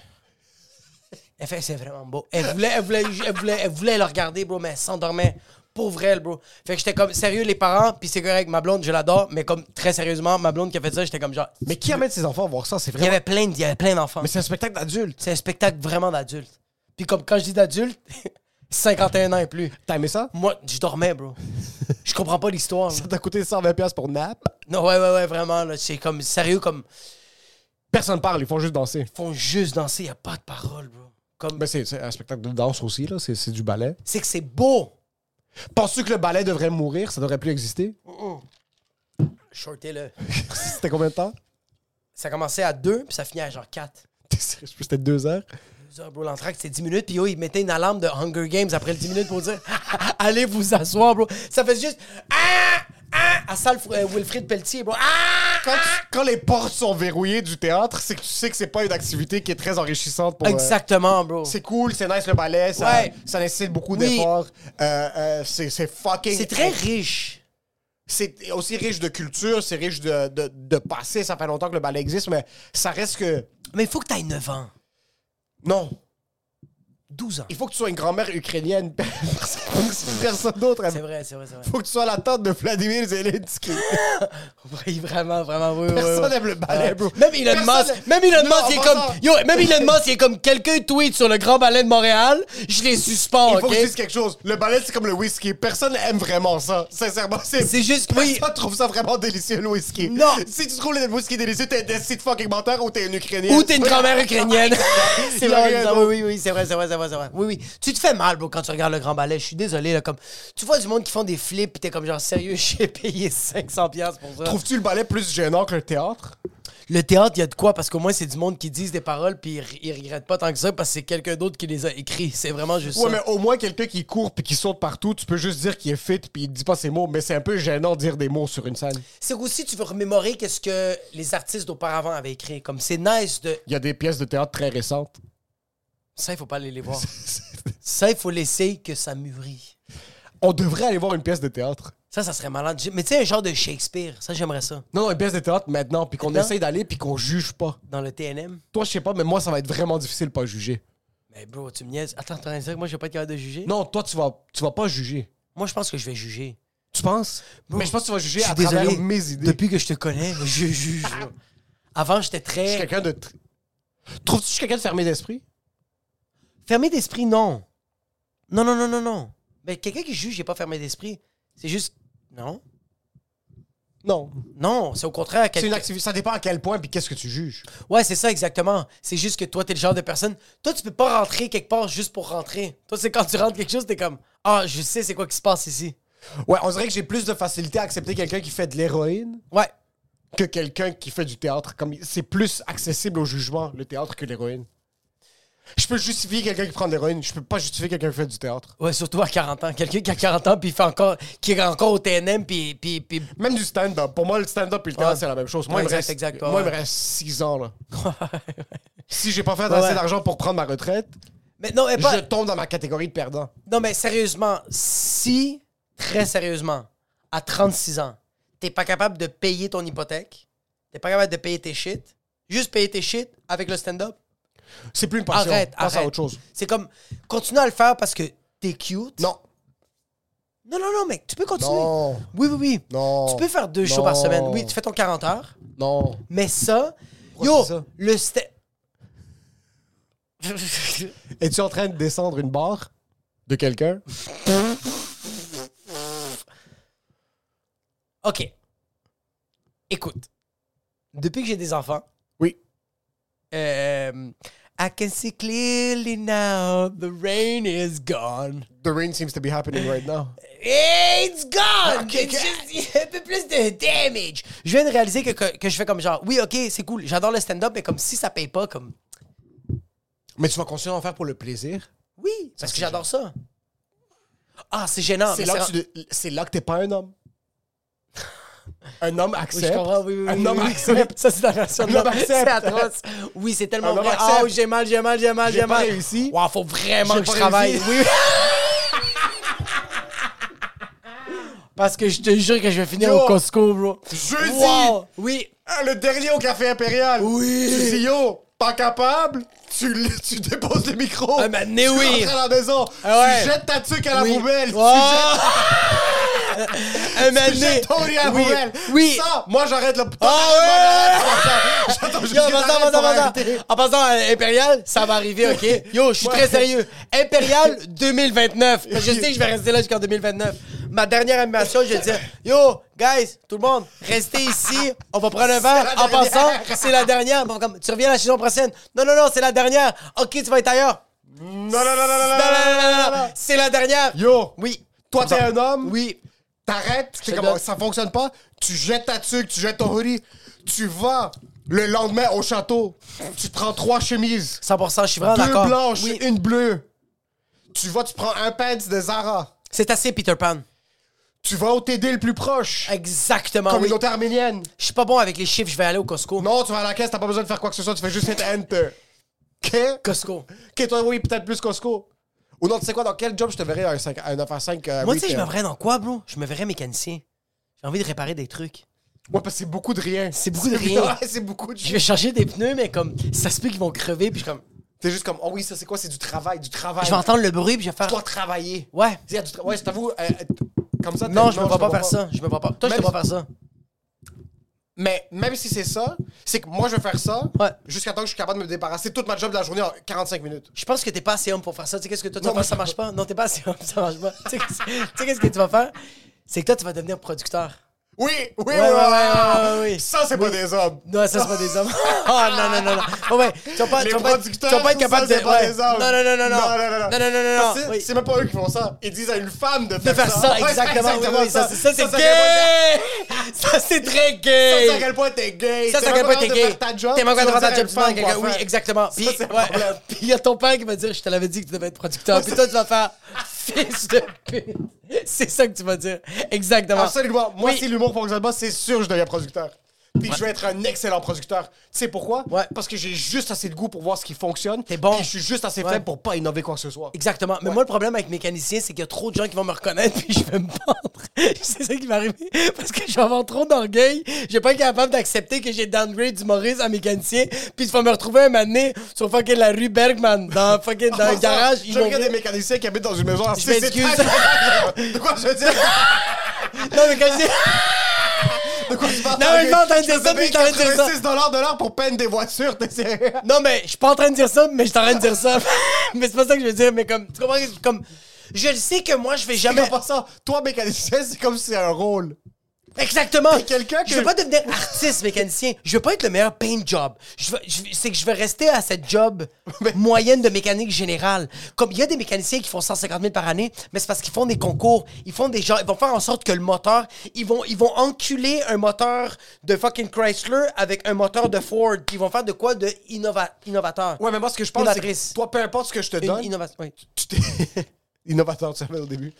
Elle fait, c'est vraiment beau. Elle voulait, elle voulait, elle voulait, elle voulait le regarder, bro, mais elle s'endormait. Pauvre elle, bro. Fait que j'étais comme, sérieux, les parents, puis c'est correct, ma blonde, je l'adore, mais comme, très sérieusement, ma blonde qui a fait ça, j'étais comme genre. Mais qui amène ses enfants à voir ça? C'est Il y vraiment. avait plein, de- il y avait plein d'enfants. Mais c'est un spectacle d'adulte. C'est un spectacle vraiment d'adulte. Puis comme, quand je dis d'adulte, [LAUGHS] 51 ans et plus. T'as aimé ça? Moi, je dormais, bro. Je comprends pas l'histoire. [LAUGHS] là. Ça t'a coûté 120$ piastres pour nap. Non, ouais, ouais, ouais, vraiment, là. C'est comme, sérieux, comme, Personne parle, ils font juste danser. ils font juste danser, il a pas de parole, bro. Comme, Ben c'est c'est un spectacle de danse aussi, là. C'est c'est du ballet. c'est que c'est beau. Penses-tu que le ballet devrait mourir? Ça devrait plus exister? [LAUGHS] Shortez-le. C'était combien de temps? Ça commençait à 2, puis ça finit à genre 4. [LAUGHS] T'es sérieux? C'était deux heures? Bro, l'entracte, c'était 10 minutes, puis yo, ils mettaient une alarme de Hunger Games après le 10 minutes pour dire [LAUGHS] Allez vous asseoir, bro. Ça fait juste Ah Ah À salle Fr- euh, Wilfrid Pelletier, bro. Ah Quand, tu- quand les portes sont verrouillées du théâtre, c'est que tu sais que c'est pas une activité qui est très enrichissante pour... euh, Exactement, bro. c'est cool, c'est nice le ballet, ça, Ouais. ça nécessite beaucoup Oui. d'efforts. Euh, euh, c'est c'est fucking... C'est très riche. c'est aussi riche de culture, c'est riche de, de, de passé. Ça fait longtemps que le ballet existe, mais ça reste que. Mais il faut que t'aies 9 ans. Non. 12 ans. Il faut que tu sois une grand-mère ukrainienne. [LAUGHS] parce que Personne d'autre. C'est Il vrai, c'est vrai, [LAUGHS] c'est vrai. faut que tu sois la tante de Vladimir Zelensky. Oui, vraiment, vraiment, oui, oui, Personne oui. n'aime le ballet, Ouais. bro. Même Elon Personne- Musk, même Elon Non, Musk, il est en comme, passant, yo, même Elon Musk, il est comme quelqu'un tweet sur le grand ballet de Montréal, je les suspends, Il faut ok? que tu dises quelque chose. Le ballet, c'est comme le whisky. Personne aime vraiment ça. Sincèrement, c'est. C'est juste, oui, Personne trouve ça vraiment délicieux, le whisky. Non. Si tu trouves le whisky délicieux, t'es un destin de fucking menteur ou t'es une ukrainienne. ou t'es une [LAUGHS] grand-mère ukrainienne. [LAUGHS] c'est Il y a vrai, rien ça, d'autre. oui, oui, oui, c'est vrai, c'est vrai, c'est vrai, c'est vrai. Oui, oui. Tu te fais mal, bro, quand tu regardes le grand ballet, je suis désolé, là, comme, tu vois du monde qui font des flips, pis t'es comme, genre, sérieux, [LAUGHS] j'ai payé 500$ piastres pour ça. Trouves-tu le ballet plus gênant que le théâtre? Le théâtre, il y a de quoi, parce qu'au moins, c'est du monde qui disent des paroles, puis ils, ils regrettent pas tant que ça, parce que c'est quelqu'un d'autre qui les a écrits. C'est vraiment juste ça. Ouais, mais au moins quelqu'un qui court puis qui saute partout, tu peux juste dire qu'il est fit puis il dit pas ses mots, mais c'est un peu gênant de dire des mots sur une scène. C'est aussi, tu veux remémorer qu'est-ce que les artistes d'auparavant avaient écrit. Comme c'est nice de. Il y a des pièces de théâtre très récentes. [LAUGHS] Ça, il faut pas aller les [LAUGHS] voir. ça, il faut laisser que ça mûrit. On devrait aller voir une pièce de théâtre. Ça, ça serait malade. J'ai- Mais tu sais, un genre de Shakespeare. Ça, j'aimerais ça. Non, non, une pièce de théâtre maintenant, puis qu'on Non. essaye d'aller puis qu'on juge pas. Dans le TNM. Toi, je sais pas, mais moi, ça va être vraiment difficile de pas juger. Mais bro, tu me niaises. Attends, t'es en train de dire que moi, je vais pas être capable de juger? Non, toi, tu vas, tu vas pas juger. Moi, je pense que je vais juger. Tu penses? Bon, mais je pense que tu vas juger Je suis à désolé. travers mes idées. Depuis que je te connais, [LAUGHS] je juge. bro. Avant, j'étais Je suis très. quelqu'un de. tr- Trouves-tu que je suis quelqu'un de fermé d'esprit? Fermé d'esprit, non. Non, non, non, non, non. Mais quelqu'un qui juge, j'ai pas fermé d'esprit. C'est juste. Non. Non. Non, c'est au contraire. C'est quelqu'un- une activité. Ça dépend à quel point puis qu'est-ce que tu juges. Ouais, c'est ça, exactement. C'est juste que toi, t'es le genre de personne. Toi, tu peux pas rentrer quelque part juste pour rentrer. Toi, c'est quand tu rentres quelque chose, t'es comme Ah, je sais c'est quoi qui se passe ici. Ouais, on dirait que j'ai plus de facilité à accepter quelqu'un qui fait de l'héroïne Ouais. que quelqu'un qui fait du théâtre. Comme c'est plus accessible au jugement le théâtre que l'héroïne. Je peux justifier quelqu'un qui prend de l'héroïne. Je peux pas justifier quelqu'un qui fait du théâtre. Ouais, surtout à 40 ans. Quelqu'un qui a 40 ans, puis il fait encore. qui est encore au TNM, puis. puis, puis... Même du stand-up. Pour moi, le stand-up et le théâtre, Ouais. c'est la même chose. Moi, Ouais, il me exact, reste, exact, moi, ouais. il me reste 6 [LAUGHS] ans, là. si j'ai pas fait assez ouais. d'argent pour prendre ma retraite, Mais non, mais pas. je tombe dans ma catégorie de perdant. Non, mais sérieusement, si, très sérieusement, à 36 ans, t'es pas capable de payer ton hypothèque, t'es pas capable de payer tes shit, juste payer tes shit avec le stand-up, C'est plus une passion. arrête, Passe arrête. à autre chose. C'est comme, continue à le faire parce que t'es cute. Non. Non, non, non, mec, tu peux continuer. Non. Oui, oui, oui. Non. Tu peux faire deux shows Non. par semaine. Oui, tu fais ton 40 heures. Non. Mais ça, Pourquoi yo, c'est ça? le step. Es-tu en train de descendre une barre de quelqu'un? OK. Écoute, depuis que j'ai des enfants, Oui. euh, I can see clearly now the rain is gone. The rain seems to be happening right [LAUGHS] now. It's gone! Ok, It's ok. just- [LAUGHS] il y a un peu plus de damage. Je viens de réaliser que, que, que je fais comme genre, oui, ok, c'est cool, j'adore le stand-up, mais comme si ça paye pas, comme, Mais tu vas continuer à en faire pour le plaisir? oui, parce que c'est j'adore ça. Ah, c'est gênant. C'est mais là, c'est- que tu de- c'est là que t'es pas un homme. Un homme Oui, je accepte. comprends, oui, oui, oui, un oui, homme oui. accepte. Ça, c'est la relation de Un homme l'homme. C'est accepte. atroce. Oui, c'est tellement Un homme vrai. accepte. Oh, j'ai mal, j'ai mal, j'ai mal, J'ai j'ai pas mal. réussi. Wow, faut vraiment J'ai que je pas travaille. réussi. Oui. Parce que je te jure que je vais finir Yo. au Costco, bro. Jeudi. Wow. Oui. Ah, le dernier au café impérial. Oui. Tu dis yo, pas capable. Tu, l- tu déposes le micro. Ah, mais tu né, oui. rentres à la maison. Ah ouais. Tu jettes ta tuque à la Oui. Oh, poubelle. Wow. [LAUGHS] Un Tu jettes, tu mané. jettes ton lit à la Oui. poubelle. Oui. Ça, moi j'arrête le. Ah J'attends juste Yo, en que passant, t'arrêtes en pour passant, arrêter. en passant, euh, Impérial, ça va arriver, OK? Yo, je suis très sérieux. [LAUGHS] Impérial 2029. Parce que je sais que je vais rester là jusqu'en 2029. Ma dernière animation, je vais dire, yo, guys, tout le monde, restez ici. On va prendre un verre. la En dernière. passant, c'est la dernière. Bon, comme, tu reviens la saison prochaine. Non, non, non, c'est la dernière. OK, tu vas être ailleurs. Non, non, non, non, non, Non, non, non, non, non, non, non, non, non, C'est la dernière. Yo, Oui. toi t'es un homme. Oui. T'arrêtes. C'est te comme donne. ça fonctionne pas. Tu jettes ta tuque, tu jettes ton hoodie. Tu vas le lendemain au château. Tu prends trois chemises. 100%, je suis vraiment Deux d'accord. blanches, Oui. une bleue. Tu vas, tu prends un pants de Zara. C'est assez Peter Pan. Tu vas au TD le plus proche. Exactement. Ah oui. Communauté arménienne. Je suis pas bon avec les chiffres, je vais aller au Costco. Non, tu vas à la caisse, t'as pas besoin de faire quoi que ce soit, tu fais juste hit enter. OK? Costco. OK, toi, oui, peut-être plus Costco. Ou non, tu sais quoi, dans quel job je te verrais un, 5, un 9 à 5 euh, Moi, tu sais, je me retail? verrais dans quoi, bro? Je me verrais mécanicien. J'ai envie de réparer des trucs. Ouais, parce que c'est beaucoup de rien. C'est beaucoup de rien. [LAUGHS] Ouais, c'est beaucoup de Je rien. vais changer des pneus, mais comme ça se peut qu'ils vont crever, puis je suis comme. T'es juste comme, oh oui, ça c'est quoi? C'est du travail, du travail. Je vais entendre le bruit, puis je vais Je faire. dois travailler. Ouais. Tu sais, il y a du tra- Ouais, je t'avoue, euh, euh, comme ça. t'es- Non, je me vois pas me faire ça. Je me vois pas. Toi, je Même te vois si- faire ça. Mais même si c'est ça, c'est que moi je vais faire ça Ouais. jusqu'à temps que je suis capable de me débarrasser de toute ma job de la journée en 45 minutes. Je pense que t'es pas assez homme pour faire ça. Tu sais, qu'est-ce que toi, tu Non, vas faire, mais- ça marche pas? Non, t'es pas assez homme, ça marche pas. Tu sais, qu'est-ce- tu sais, qu'est-ce que tu vas faire? C'est que toi, tu vas devenir producteur. Oui, oui, oui, ouais, ouais, oui, ouais, ouais, ouais. Ça, c'est pas des hommes. Non, ça, c'est pas des [LAUGHS] hommes. Oh, non, non, non, non. Oh, ouais, tu vas pas, Les tu vas pas, tu producteurs, vas pas être tout capable ça, de. c'est pas ouais. des hommes. Non, non, non, non, non. non, non, non, non, non, Parce que oui. C'est même pas eux qui font ça. Ils disent à une femme de faire, De faire ça, Ouais, c'est exactement. oui, oui, ça, c'est- ça, c'est à quel point- gay! Ça, c'est très Ça, gay! c'est à quel point t'es gay. Ça, c'est à quel point t'es gay. T'es manqué pas de faire ta job, tu demandes à femme quelqu'un. Oui, exactement. Puis, c'est le ouais. problème. Puis il y a ton père qui va dire Je te l'avais dit que tu devais être producteur. Puis toi, tu vas faire Fils de pute. C'est ça que tu vas dire. Exactement. Absolument. Moi, Oui. si l'humour fonctionne pas, c'est sûr que je deviens producteur. Puis je vais être un excellent producteur. Tu sais pourquoi? Ouais. Parce que j'ai juste assez de goût pour voir ce qui fonctionne. T'es bon. Puis je suis juste assez Ouais. faible pour pas innover quoi que ce soit. Exactement. Mais moi, le problème avec mécanicien, c'est qu'il y a trop de gens qui vont me reconnaître [LAUGHS] puis je vais me pendre. [LAUGHS] c'est ça qui va arriver. Parce que je vais avoir trop d'orgueil. Je vais pas être capable d'accepter que j'ai downgrade du Maurice à mécanicien. Puis je vais me retrouver un mané sur fucking la rue Bergman, dans fucking dans le Pour ça, garage. Ils [LAUGHS] Je vont regarde rire. des mécaniciens qui habitent dans une maison. en Je six m'excuse. étages. De quoi je veux dire? Non, mécanicien. De quoi tu parles? Non, mais je suis pas en train de Je dire me ça, mais je suis en train de dire ça. 86 dollars de l'heure pour peindre des voitures, t'es sérieux? Non, mais je suis pas en train de dire ça, mais je suis en train de dire ça. [LAUGHS] mais c'est pas ça que je veux dire, mais comme. Tu comprends? Comme. Je le sais que moi, je vais jamais. Mais en passant, toi, mécanicien, c'est comme si c'est un rôle. Exactement. T'es quelqu'un que- Je veux pas devenir artiste mécanicien. Je veux pas être le meilleur paint job. Je veux- je veux- c'est que je veux rester à cette job moyenne de mécanique générale. Comme il y a des mécaniciens qui font 150 000 par année, mais c'est parce qu'ils font des concours, ils font des gens, ils vont faire en sorte que le moteur, ils vont, ils vont enculer un moteur de fucking Chrysler avec un moteur de Ford. Ils vont faire de quoi de innova- innovateur. Ouais, mais moi, ce que je pense, c'est Innovatrice. que toi, peu importe ce que je te Une donne, innovation. oui. tu t'es- [LAUGHS] innovateur, tu savais au début.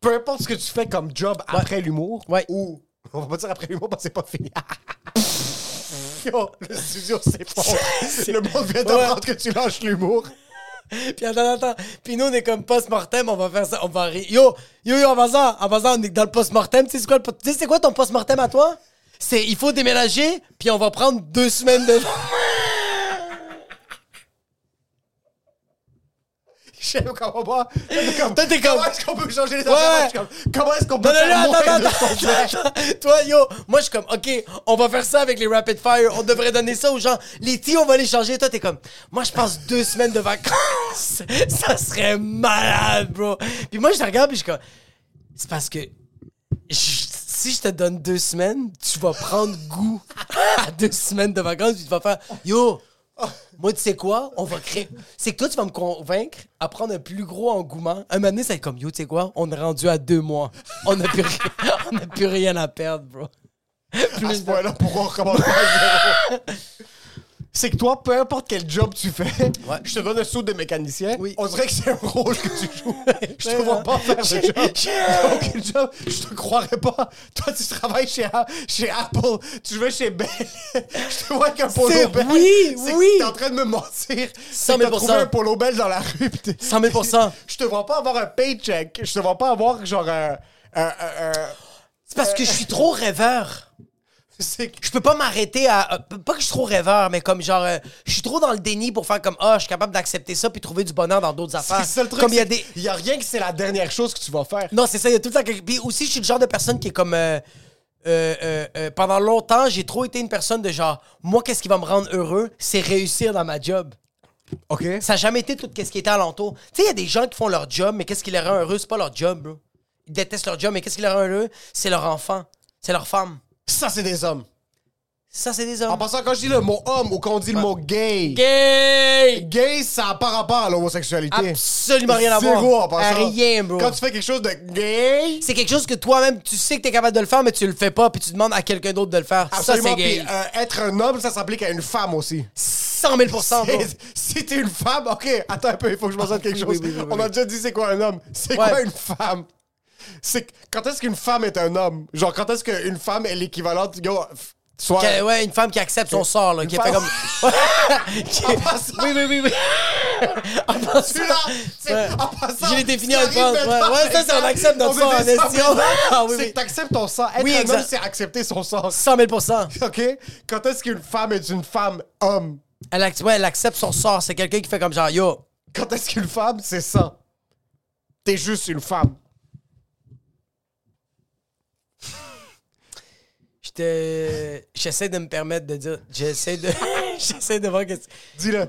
Peu importe ce que tu fais comme job après l'humour, Ouais. ou on va pas dire après l'humour parce que c'est pas [LAUGHS] fini. [LAUGHS] Yo, le studio [LAUGHS] s'effondre. le monde vient d'apprendre que tu lâches l'humour. Puis attends, attends. Puis nous, on est comme post-mortem, on va faire ça, on va rire. Yo, yo, yo, en passant, en passant, on est dans le post-mortem. Tu sais, c'est quoi, le post- tu sais c'est quoi ton post-mortem à toi? C'est il faut déménager, puis on va prendre deux semaines de. [LAUGHS] Je sais comment moi. Comme, Toi, t'es comme- Comment est-ce qu'on peut changer les Ouais. affaires? Je suis comme, Comment est-ce qu'on peut Non, non, faire non, moins attends, de attends, ton attends, temps? attends. Toi, yo, moi, je suis comme, OK, on va faire ça avec les rapid fire. On devrait donner ça aux gens. Les tis, on va les changer. Toi, t'es comme, moi, je passe deux semaines de vacances. [LAUGHS] ça serait malade, bro. Puis moi, je te regarde, puis je suis comme, c'est parce que je- si je te donne deux semaines, tu vas prendre goût [LAUGHS] à deux semaines de vacances, puis tu vas faire, yo, moi, tu sais quoi? On va créer. C'est que toi, tu vas me convaincre à prendre un plus gros engouement. Un moment donné, ça va être comme, yo, tu sais quoi? On est rendu à deux mois. On n'a plus, rien- [LAUGHS] on n'a plus rien à perdre, bro. À ce point-là, pourquoi on recommence pas [LAUGHS] à zéro? C'est que toi, peu importe quel job tu fais, je te donne un saut de mécanicien. Oui. On dirait que c'est un rôle que tu joues. je te Ouais, vois hein. pas faire Je- le job. je- Aucun job. Je te croirais pas. Toi, tu travailles chez, A- chez Apple. Tu vas chez Bell. [LAUGHS] je te vois avec un polo C'est- Bell. oui, C'est que oui. T'es en train de me mentir. C'est 100 que 000 T'as trouvé un polo Bell dans la rue. pis t'es- 100 000 [LAUGHS] Je te vois pas avoir un paycheck. Je te vois pas avoir genre un... un- un- un- C'est parce que je suis trop rêveur. C'est que- Je peux pas m'arrêter à. euh, Pas que je suis trop rêveur, mais comme genre. euh, je suis trop dans le déni pour faire comme, ah, je suis capable d'accepter ça puis trouver du bonheur dans d'autres affaires. C'est ça le truc. Comme il y a c'est des. qu'il y a rien que c'est la dernière chose que tu vas faire. Non, c'est ça, il y a tout le temps quelque- Puis aussi, je suis le genre de personne qui est comme. euh, euh, euh, euh, pendant longtemps, j'ai trop été une personne de genre, moi, qu'est-ce qui va me rendre heureux, c'est réussir dans ma job. OK. Ça n'a jamais été tout ce qui était alentour. Tu sais, il y a des gens qui font leur job, mais qu'est-ce qui les rend heureux, c'est pas leur job, bro. Ils détestent leur job, mais qu'est-ce qui les rend heureux, c'est leur enfant, c'est leur femme. Ça, c'est des hommes. Ça, c'est des En hommes. passant, quand je dis le mot homme ou quand on dit le mot gay, gay, Gay! ça n'a pas rapport à l'homosexualité. Absolument rien à voir. Zéro en passant. Rien, bro. Quand tu fais quelque chose de gay, C'est quelque chose que toi-même, tu sais que t'es capable de le faire, mais tu le fais pas, puis tu demandes à quelqu'un d'autre de le faire. absolument. ça, c'est Puis, gay. euh, être un homme, ça s'applique à une femme aussi. 100 000 [LAUGHS] bro. C'est- Si t'es une femme, ok, attends un peu, il faut que je me sorte quelque Oui, chose. oui, oui, oui, On a déjà dit c'est quoi un homme. C'est Ouais. quoi une femme? C'est que- quand est-ce qu'une femme est un homme? Genre, quand est-ce qu'une femme est l'équivalente, yo, f- soit. Que- ouais, une femme qui accepte son sort, là, qui a fait femme- comme. [LAUGHS] En passant- [LAUGHS] oui, oui, oui, oui. En passant- Celui-là, c'est- Ouais. en passant, Je l'ai défini ça en arrive France. Ouais, maintenant. ouais, ça, c'est on accepte notre On est sort en des hommes, estion. Ah, oui, C'est oui. que t'acceptes ton sang. Être Oui, un homme, exact. c'est accepter son sang. [LAUGHS] 100 000 OK? Quand est-ce qu'une femme est une femme homme? Elle, ac- ouais, elle accepte son sort. C'est quelqu'un qui fait comme genre, yo, Quand est-ce qu'une femme, c'est ça? T'es juste une femme. je te- j'essaie de me permettre de dire, j'essaie de, [LAUGHS] j'essaie de voir que. C'est Dis-le.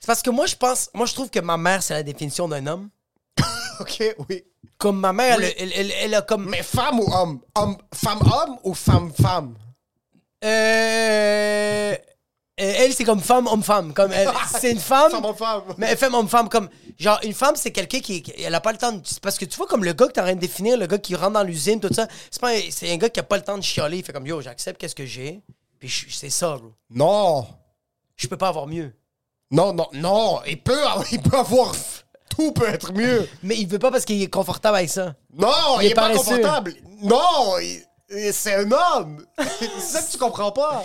C'est parce que moi, je pense, moi, je trouve que ma mère, c'est la définition d'un homme. OK, oui. Comme ma mère, Oui. elle, elle, elle- elle a comme. euh, Mais femme ou homme? homme Femme-homme ou femme-femme? Euh, elle, c'est comme femme, homme-femme. Comme [LAUGHS] elle- [LAUGHS] c'est une femme. Femme-homme-femme. Mais femme, homme, femme, comme. Genre, une femme, c'est quelqu'un qui. qui- Elle a pas le temps. De, c'est parce que tu vois, comme le gars que t'es en train de définir, le gars qui rentre dans l'usine, tout ça, c'est, pas, un- c'est un gars qui a pas le temps de chialer. Il fait comme, yo, j'accepte qu'est-ce que j'ai. Puis je- c'est ça, bro. Non. Je peux pas avoir mieux. Non, non, non. Il peut, avoir- il peut avoir... Tout peut être mieux. Mais il veut pas parce qu'il est confortable avec ça. Non, Il il, est est, pas paresseux. confortable. Non, il- il- c'est un homme. [LAUGHS] c'est ça que tu comprends pas.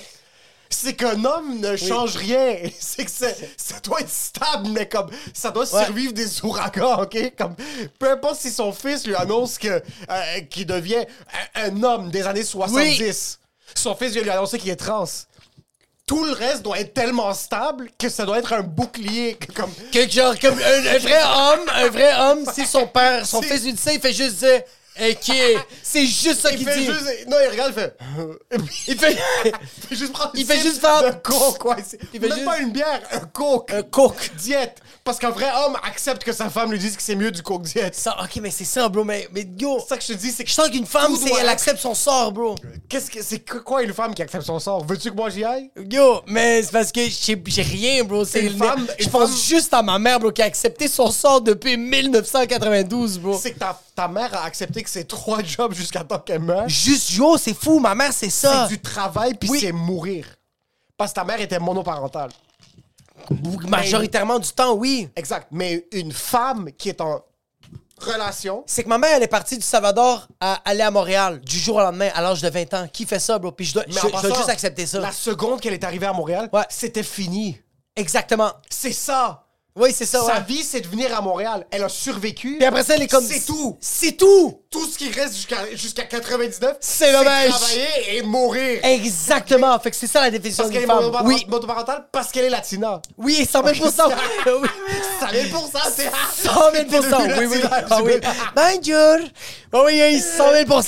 C'est qu'un homme ne change rien. [LAUGHS] C'est que c'est- ça doit être stable, mais comme ça doit Ouais. survivre des ouragans, ok? Comme peu importe si son fils lui annonce que euh, qu'il devient un, un homme des années 70. Son fils vient lui annoncer qu'il est trans. Tout le reste doit être tellement stable que ça doit être un bouclier. que comme Que genre, comme un, un vrai homme, un vrai homme, si son père, son C'est- fils lui dit ça, il fait juste dire, OK. C'est juste ça il qu'il fait dit. juste- non, il regarde, il fait. [LAUGHS] Et puis- Il fait. Il fait juste prendre Il une fait sip juste faire- de coke, quoi. C'est- Il fait Même juste- pas une bière, un coke. un coke. Diète. Parce qu'un vrai homme accepte que sa femme lui dise que c'est mieux du coke diète. Ça, OK, mais c'est ça, bro. Mais, mais yo. C'est ça que je te dis, c'est que Je sens qu'une femme, Tout c'est, doit elle être- accepte son sort, bro. qu'est-ce que c'est que- quoi une femme qui accepte son sort Veux-tu que moi j'y aille Yo, mais c'est parce que j'ai j'ai rien, bro. C'est Une femme- Je une pense femme- juste à ma mère, bro, qui a accepté son sort depuis 1992, bro. C'est que ta, ta mère a accepté que c'est trois jobs jusqu'à temps qu'elle meure. Juste, yo, c'est fou, ma mère, c'est ça. C'est du travail puis Oui. c'est mourir. Parce que ta mère était monoparentale. Majoritairement du temps, oui. Exact. Mais une femme qui est en relation, C'est que ma mère, elle est partie du Salvador à aller à Montréal du jour au lendemain à l'âge de 20 ans. Qui fait ça, bro? Puis je dois, je, mais en je dois passant, juste accepter ça. La seconde qu'elle est arrivée à Montréal, Ouais. c'était fini. Exactement. C'est ça. Oui, c'est ça, Sa ouais. vie, c'est de venir à Montréal. Elle a survécu. Puis après ça, elle est comme. C'est tout. C'est tout! Tout ce qui reste jusqu'à jusqu'à 99, C'est dommage. travailler et mourir. Exactement. Fait que c'est ça la définition parce qu'elle d'une est femme. monopar- Oui, monoparentale, parce qu'elle est latina. oui, 100 000 [LAUGHS] [LAUGHS] Oui. Ça vient pour ça, c'est 100 000 [LAUGHS] oui, oui. Ah oui. Mind your. Oui, oui, oui, 100 000 Ah, C'est pour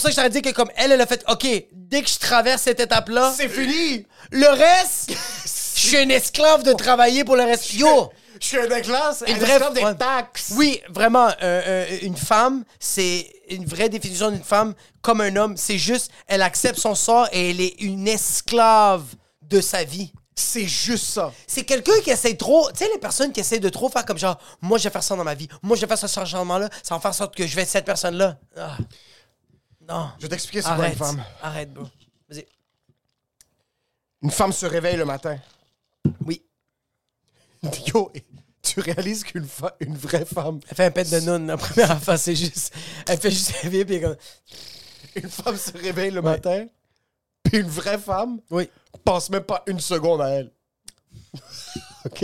ça que je t'aurais dit que comme elle, elle a fait, OK, dès que je traverse cette étape-là, C'est fini. le reste, je suis un esclave de travailler pour le reste. Yo! Je suis un classe, Une elle vraie- esclave des ouais. taxes. Oui, vraiment, euh, euh, une femme, c'est une vraie définition d'une femme comme un homme. C'est juste, elle accepte son sort et elle est une esclave de sa vie. C'est juste ça. C'est quelqu'un qui essaie trop. Tu sais, les personnes qui essaient de trop faire comme genre, moi je vais faire ça dans ma vie, moi je vais faire ce changement-là, ça va faire en sorte que je vais être cette personne-là. Ah. Non. Je vais t'expliquer c'est quoi une Arrête. femme. Arrête, bro. Vas-y. Une femme se réveille le matin. [LAUGHS] Oui. Yo, tu réalises qu'une fa- une vraie femme Elle fait un pet de noun, la première [LAUGHS] affaire, c'est juste. Elle fait juste la vie, puis elle est comme. Une femme se réveille le matin, puis une vraie femme Oui. pense même pas une seconde à elle. [LAUGHS] OK?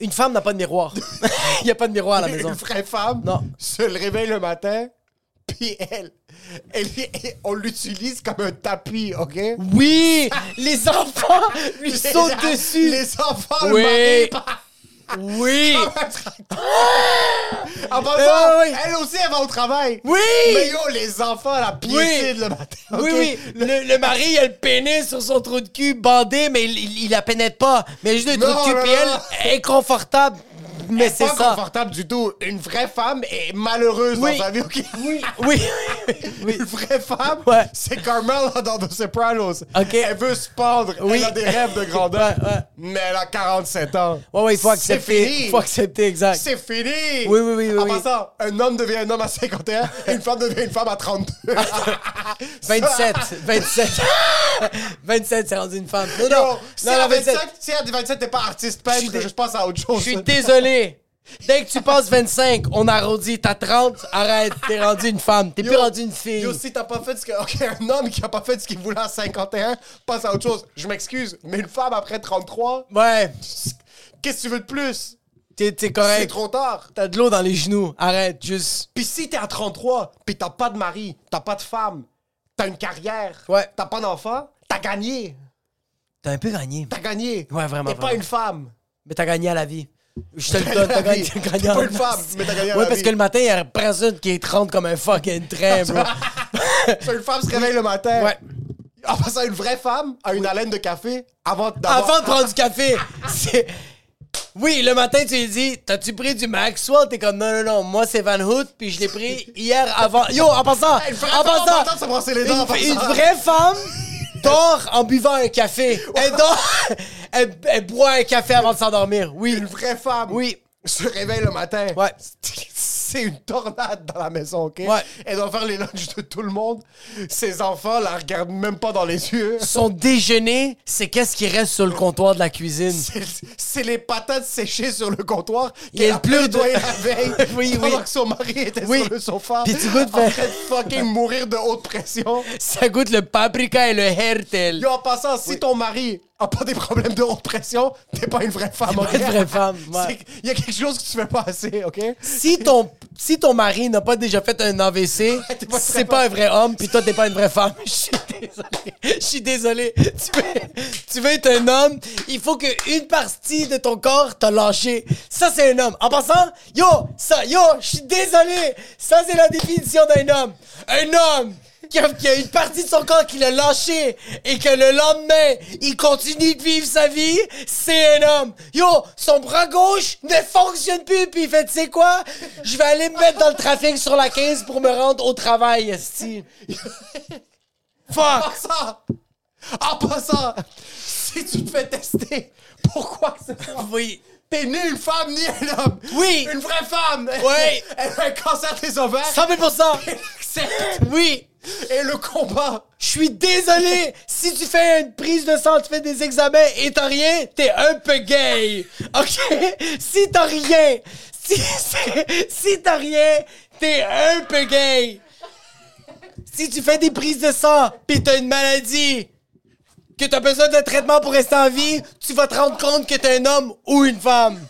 Une femme n'a pas de miroir. [LAUGHS] Il n'y a pas de miroir à la maison. Une vraie femme Non. se le réveille le matin, puis elle, elle- elle- on l'utilise comme un tapis, OK? Oui! Les enfants lui Les- sautent dessus! Les enfants Oui. le marient [LAUGHS] par- Oui! par un tracteur. En passant, Euh, oui. elle aussi, elle va au travail. Oui! Mais yo, les enfants la piétinent le matin. Oui, OK? oui, le, le mari, il a le pénis sur son trou de cul bandé, mais il, il, il la pénètre pas. Mais juste le trou Non, de cul, non, puis non. elle, inconfortable. Mais c'est pas ça. confortable du tout. Une vraie femme est malheureuse Oui. dans sa vie, OK? Oui, oui, oui. [LAUGHS] Une vraie femme, Ouais. c'est Carmela dans The Sopranos. Ok. Elle veut se pendre. Oui. Elle a des rêves de grandeur. Ouais, ouais. Mais elle a 47 ans. Ouais, ouais, il faut C'est accepter. fini. faut accepter, exact. C'est fini. Oui, oui, oui, oui, En oui. passant, un homme devient un homme à 51, une femme devient une femme [LAUGHS] à 32. [LAUGHS] 27, 27. 27, c'est rendu une femme. Non, Yo, non, si non, à non, 27, 27. si à 27 t'es pas artiste Je suis peintre, que dé- je passe à autre chose. Je suis désolé. Dès que tu passes 25, on arrondit. T'as 30, arrête. T'es rendu une femme. T'es plus Yo, rendu une fille. Yo, si t'as pas fait ce que. [LAUGHS] Ok, un homme qui a pas fait ce qu'il voulait à 51, passe à autre chose. Je m'excuse, mais une femme après 33, Ouais, qu'est-ce que tu veux de plus? t'es t'es C'est correct. trop tard. T'as de l'eau dans les genoux. Arrête, juste. Puis si t'es à 33, puis t'as pas de mari, t'as pas de femme, t'as une carrière, Ouais. t'as pas d'enfant, t'as gagné. T'as un peu gagné. T'as gagné. Ouais, vraiment, T'es pas vraiment. une femme. Mais t'as gagné à la vie. Je te le T'as donne, gagné t'as à la [LAUGHS] gagné, vie. t'as T'es gagné pas en une femme, masse. mais t'as gagné [LAUGHS] à Ouais, la parce vie. [LAUGHS] que le matin, il y a personne qui est 30 comme un fucking train, bro. Une femme se réveille le matin. Ouais. En passant une vraie femme a une haleine de café avant d'avoir... Avant de prendre du café, c'est... [LAUGHS] Oui, le matin, tu lui dis, t'as-tu pris du Maxwell? T'es comme, non, non, non, moi, c'est Van Hoot, puis je l'ai pris hier avant... Yo, en [LAUGHS] passant, Une vraie en femme a pas le temps passant, de se brasser les une, dents en une passant. vraie femme dort en buvant un café. Elle dort... [LAUGHS] Elle, elle boit un café avant de s'endormir, oui. Une vraie femme Oui. se réveille le matin. Ouais. [LAUGHS] C'est une tornade dans la maison, OK? Ouais. Elle doit faire les lunchs de tout le monde. Ses enfants la regardent même pas dans les yeux. Son déjeuner, c'est qu'est-ce qui reste sur le comptoir de la cuisine. C'est- C'est les patates séchées sur le comptoir y a qu'elle le a pleur de- pleudoyé la veille [LAUGHS] Oui, pendant oui. que son mari était Oui. sur le sofa Puis tu goûtes en fait- train de fucking mourir de [LAUGHS] haute pression. Ça goûte le paprika et le hertel. Yo, en passant, si ton mari a pas des problèmes de haute pression, t'es pas une vraie femme. pas ok? une vraie femme, ouais. [LAUGHS] C'est- Il y a quelque chose que tu fais pas assez, OK? Si ton, si ton mari n'a pas déjà fait un AVC, t'es pas une c'est vraie pas un vrai homme, puis toi, t'es pas une vraie femme. [LAUGHS] Je suis désolé. Je suis désolé. Tu veux, tu veux être un homme, il faut qu'une partie de ton corps t'a lâché. Ça, c'est un homme. En passant, yo, ça, yo, je suis désolé. Ça, c'est la définition d'un homme. Un homme qui a, qui a une partie de son corps qui l'a lâché et que le lendemain, il continue de vivre sa vie, c'est un homme. Yo, son bras gauche ne fonctionne plus, puis il fait, tu sais quoi? Je vais aller me mettre dans le trafic sur la 15 pour me rendre au travail, esti. En Fuck! passant, en passant, si tu te fais tester, pourquoi que ce soit... Oui. T'es ni une femme ni un homme. Oui. Une vraie femme. Ouais. [LAUGHS] Elle a un cancer des ovaires. 100 000 Accepte. Oui! Et le combat. Je suis désolé! Si tu fais une prise de sang, tu fais des examens et t'as rien, t'es un peu gay! OK? Si t'as rien, si, si- si t'as rien, t'es un peu gay! Si tu fais des prises de sang pis t'as une maladie, que t'as besoin de traitement pour rester en vie, tu vas te rendre compte que t'es un homme ou une femme.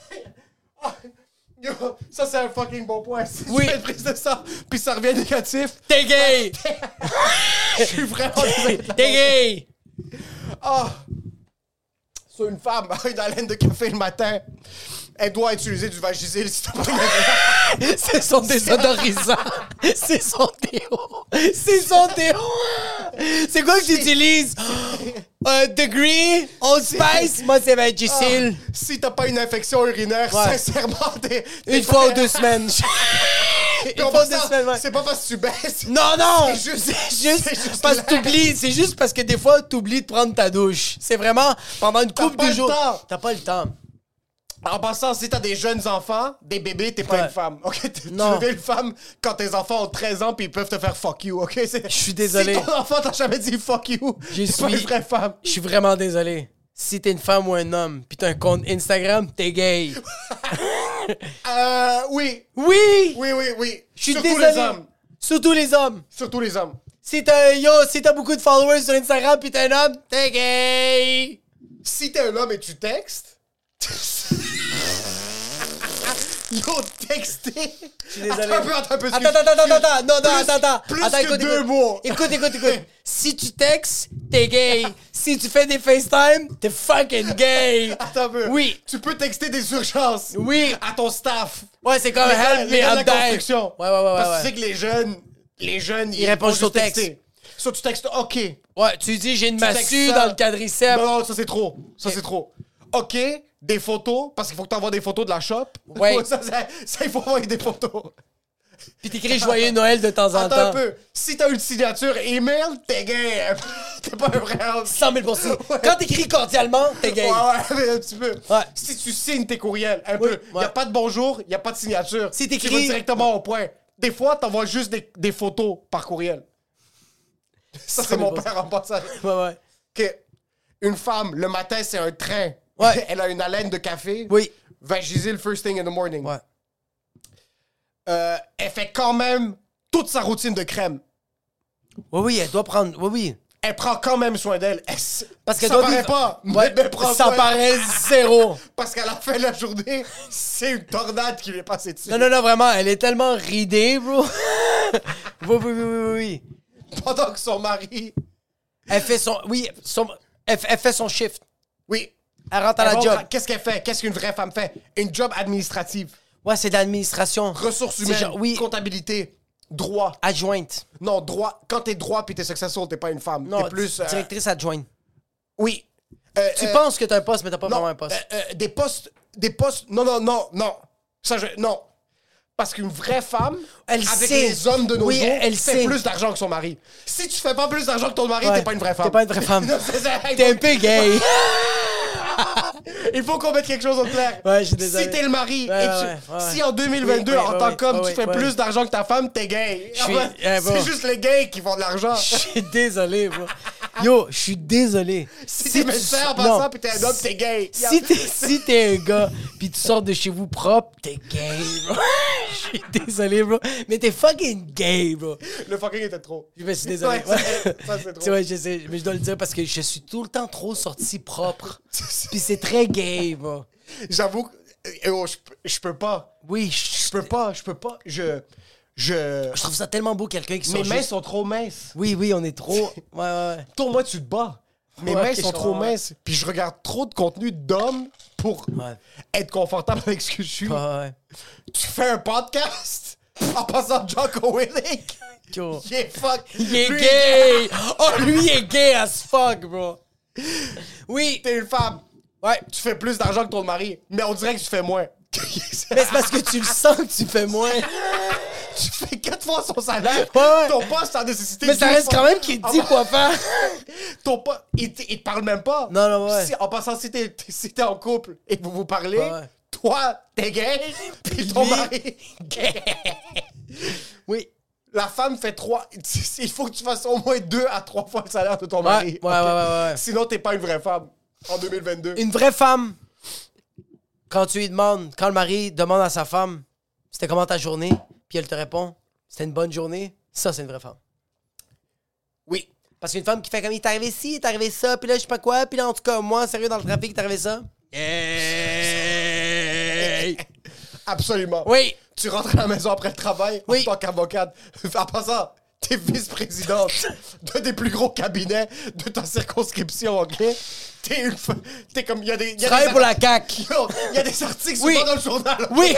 Yo, ça, c'est un fucking bon point. Si Oui. tu fais une prise de sang, puis ça revient négatif, T'es gay! [LAUGHS] je suis vraiment désolé. T'es gay! Ah! Sur une femme, [LAUGHS] une haleine de café le matin, elle doit utiliser du vagisil si t'as pas [LAUGHS] le- C'est son [LAUGHS] désodorisant. C'est son [LAUGHS] déo. C'est son déo. [LAUGHS] C'est quoi que tu utilises? [GASPS] Un degree, on spice. Moi, c'est Ah. Vagisil. Si t'as pas une infection urinaire, Ouais. sincèrement, t'es. t'es Une fois pas- ou deux [LAUGHS] semaines. Une Ton fois ou deux passant, semaines, ouais. C'est pas parce que [LAUGHS] tu baisses. Non, non! C'est juste- juste, c'est juste parce là. que t'oublies. C'est juste parce que des fois, t'oublies de prendre ta douche. C'est vraiment pendant une coupe pas de le jours. temps. T'as pas le temps. En passant, si t'as des jeunes enfants, des bébés, t'es pas Ouais. une femme. Ok, T'es- tu Non. deviens une femme quand tes enfants ont 13 ans puis ils peuvent te faire fuck you. Ok, je suis désolé. Si ton enfant t'a jamais dit fuck you, Je t'es pas suis- une vraie femme. Je suis vraiment désolé. Si t'es une femme ou un homme, pis t'as un compte Instagram, t'es [LAUGHS] gay. Euh, oui, Oui! oui, oui, oui. Je suis Surtout désolé. les hommes. Surtout les hommes. Surtout les hommes. Si t'as yo, si t'as beaucoup de followers sur Instagram pis t'es un homme, t'es gay! Si t'es un homme et tu textes. [LAUGHS] Yo, texter! Je suis désolé. Attends un peu, attends un peu. Attends, attends, attends, attends, attends, non, non, attends, attends. Plus attends, que deux mots. Écoute, écoute, écoute. [LAUGHS] Si tu textes, t'es gay. Si tu fais des FaceTime, t'es fucking gay. Attends un peu. Oui. Tu peux texter des urgences. Oui. À ton staff. Ouais, c'est comme Les gars- help me, les I'm gars de la dying. construction. Ouais, ouais, ouais, Parce que ouais. tu sais que les jeunes, les jeunes, ils, répondent vont juste au juste texte. Euh, texter. Soit tu textes OK. Ouais, tu dis j'ai une textes massue ça. dans le quadriceps. Non, non, ça c'est trop. Ça euh, c'est trop. OK, des photos, parce qu'il faut que tu envoies des photos de la shop. Ouais. [LAUGHS] ça, ça- ça, il faut envoyer des photos. Pis t'écris joyeux Noël de temps en Attends temps. un peu. Si t'as une signature email, t'es gay. [LAUGHS] t'es pas un vrai homme. 100 000 [LAUGHS] Quand t'écris cordialement, t'es gay. Ouais, ouais, [LAUGHS] mais un petit peu. Ouais. Si tu signes tes courriels, un Oui, peu. Il ouais. a pas de bonjour, il a pas de signature. Si tu t'écris- vas directement au point. Des fois, t'envoies juste des, des photos par [LAUGHS] courriel. Ça, c'est mon 100%. père en passant. Ouais, ouais. Que une femme, le matin, c'est un train. Ouais. [LAUGHS] Elle a une haleine de café. Oui. Vagisil first thing in the morning. Ouais. Euh, elle fait quand même toute sa routine de crème. Oui, oui, elle doit prendre. Oui, oui. Elle prend quand même soin d'elle. Elle s- Parce qu'elle ça doit paraît vivre- pas. Ouais, mais elle prend ça soin. paraît zéro. Parce qu'à la fin de la journée, [LAUGHS] c'est une tornade qui lui est passée dessus. Non, non, non, vraiment, elle est tellement ridée, bro. [LAUGHS] oui, oui, oui, oui, oui. Pendant que son mari. Elle fait son... Oui, son... Elle, f- elle fait son shift. Oui. Elle rentre à la Elle job. montre- Qu'est-ce qu'elle fait? Qu'est-ce qu'une vraie femme fait? Une job administrative. Ouais, c'est de l'administration. Ressources C'est humaines. genre- oui, Comptabilité. Droit. adjointe. Non, droit. Quand t'es droit puis t'es successful, t'es pas une femme. Non, T'es plus. euh, directrice adjointe. Oui. Euh, Tu euh, penses que t'as un poste, mais t'as pas non, vraiment un poste. euh, euh, des postes. Des postes. Non, non, non, non. Ça, je. Non. Parce qu'une vraie femme, Elle avec sait. les hommes de nos Oui, jours, elle fait sait. plus d'argent que son mari. Si tu fais pas plus d'argent que ton mari, Ouais. t'es pas une vraie femme. T'es pas une vraie femme. [LAUGHS] Non, c'est ça. T'es un peu [LAUGHS] gay. Il faut qu'on mette quelque chose au clair. Ouais, je suis désolé. Si t'es le mari, Ouais, et ouais, tu- ouais, ouais. si en 2022, Oui, oui, en oui, tant oui, qu'homme, oui, tu fais oui. plus d'argent que ta femme, t'es gay. [LAUGHS] Je suis- Enfin, eh, bon. C'est juste les gays qui font de l'argent. Je suis désolé, moi. Yo, je suis désolé. Si t'es médecin en non. passant, puis t'es un homme, t'es gay. Si t'es si t'es un gars, puis tu sors de chez vous propre, t'es gay, bro. [LAUGHS] Je suis désolé, bro. Mais t'es fucking gay, bro. Le fucking était trop. Je me suis désolé. [LAUGHS] Ouais, ça, ça, c'est trop. Tu vois, je sais, mais je dois le dire parce que je suis tout le temps trop sorti [LAUGHS] propre. puis c'est très gay, bro. J'avoue que eh, oh, je peux- je peux pas. Oui, Je je, peux pas, je peux pas. Je. Je. je trouve ça tellement beau, quelqu'un qui Mes sort mains juste- sont trop minces. Oui, oui, on est [LAUGHS] trop... Ouais, ouais, ouais. Tourne-moi, tu te bats. Mes Ouais, mains ok, sont je trop comprends, ouais. minces. Puis je regarde trop de contenu d'hommes pour Ouais. être confortable avec ce que je suis. Ouais, ouais. Tu fais un podcast en passant Jocko Willink. Yo. Il est fuck. Il est Lui, gay! Oh, lui, il est gay as fuck, bro! Oui, T'es une femme. Ouais, tu fais plus d'argent que ton mari. Mais on dirait que tu fais moins. mais c'est parce que tu le sens que tu fais [LAUGHS] moins. tu fais quatre fois son salaire. Ouais, ouais. Ton poste en nécessité. Mais ça deux reste fois. Ah, quand même qu'il te dit quoi [LAUGHS] faire. Ton pote, il, te- il te parle même pas. Non, non, ouais. Si- en passant, si t'es si t'es en couple et que vous vous parlez, Ouais, ouais. toi, t'es gay, puis ton lui- mari, gay. Oui. La femme fait trois. [LAUGHS] Il faut que tu fasses au moins deux à trois fois le salaire de ton Ouais, mari. ouais, ok? ouais, ouais, ouais. Sinon, t'es pas une vraie femme en 2022. Une vraie femme, quand tu lui demandes, quand le mari demande à sa femme, c'était comment ta journée, puis elle te répond, c'était une bonne journée, ça, c'est une vraie femme. Oui. Parce qu'une femme qui fait comme, il t'est arrivé ci, il t'est arrivé ça, puis là, je sais pas quoi, puis là, en tout cas, moi, sérieux, dans le trafic, il t'est arrivé ça. [LAUGHS] Hey! Absolument. Oui! Tu rentres à la maison après le travail Oui. en tant qu'avocate. [LAUGHS] En passant, t'es vice-présidente [LAUGHS] d'un des plus gros cabinets de ta circonscription, OK? T'es une... f- T'es comme... Il y a des... il y a des Tu travailles pour la articles- CAQ! Yo, Il y a des articles Oui. souvent dans le journal. OK? Oui!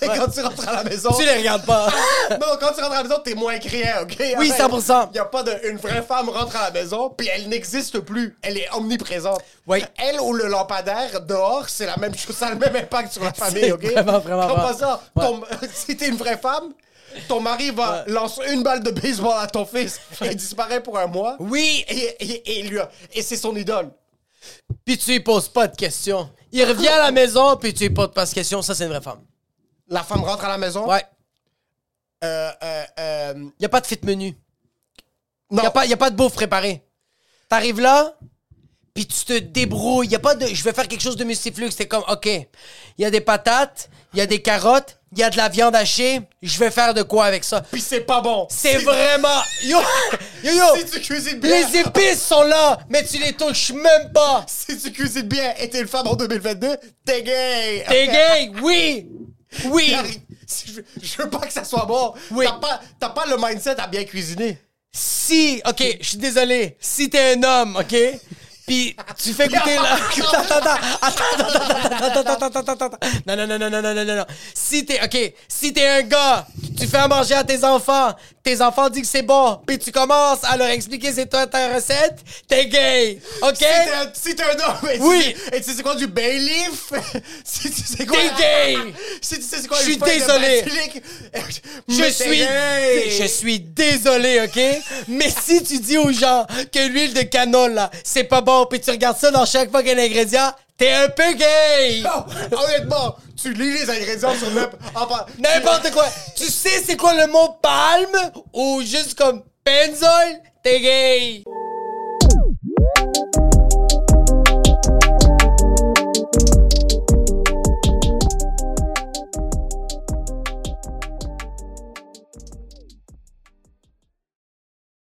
Et [LAUGHS] quand tu rentres à la maison... Tu les regardes pas! [LAUGHS] Non, quand tu rentres à la maison, t'es moins créant, OK? Oui, 100%. Il n'y a pas de... Une vraie femme rentre à la maison, puis elle n'existe plus. Elle est omniprésente. Oui. Elle ou le lampadaire, dehors, c'est la même chose. Ça a le même impact [LAUGHS] sur la famille, C'est OK? vraiment, vraiment Comme vrai. pas ça, ton- [LAUGHS] si t'es une vraie femme, ton mari va lancer une balle de baseball à [LAUGHS] ton fils et disparaît pour un mois. Oui! Et, et, et, lui a- et c'est son idole. Puis tu lui poses pas de questions. Il revient à la maison, puis tu lui poses pas de questions, ça, c'est une vraie femme. La femme rentre à la maison. Ouais. Euh, euh, euh, Y a pas de fit menu. non. Y a pas, y a pas de bouffe préparée. T'arrives là, puis tu te débrouilles. Y a pas de, je vais faire quelque chose de multiflux. C'est comme, ok, y a des patates, y a des carottes, y a de la viande hachée. Je vais faire de quoi avec ça Puis c'est pas bon. C'est Si- vraiment, [LAUGHS] yo, yo, yo. Si tu cuisines bien. Les épices sont là, mais tu les touches même pas. Si tu cuisines bien et t'es une femme en 2022, t'es gay. T'es gay, oui, oui. Si Je, je veux pas que ça soit bon. Oui. T'as pas, t'as pas le mindset à bien cuisiner. Si, ok, je suis désolé, si t'es un homme, ok, puis tu fais goûter la. Attends, attends, [LAUGHS] attends, attends, attends, attends, attends, attends, attends, attends. Non, non, non, non, non, non, non, non, non. Si t'es, ok, si t'es un gars, tu fais à manger à tes enfants, tes enfants disent que c'est bon, puis tu commences à leur expliquer c'est toi ta recette, t'es gay, ok? Si t'es un- Si t'es un homme, et Oui. tu sais- et tu sais c'est quoi du bay leaf? [LAUGHS] si tu sais quoi. T'es gay. Si tu sais c'est quoi Je une suis feuille de désolé. basilic, [LAUGHS] Je mais t'es suis, gay. je suis désolé, ok? Mais si tu dis aux gens que l'huile de canola, c'est pas bon, puis tu regardes ça dans chaque fucking ingrédient, t'es un peu gay! Non, honnêtement, tu lis les ingrédients sur le. Ah, bah, Enfin, tu- N'importe quoi! Tu sais c'est quoi le mot palme ou juste comme benzoil? T'es gay!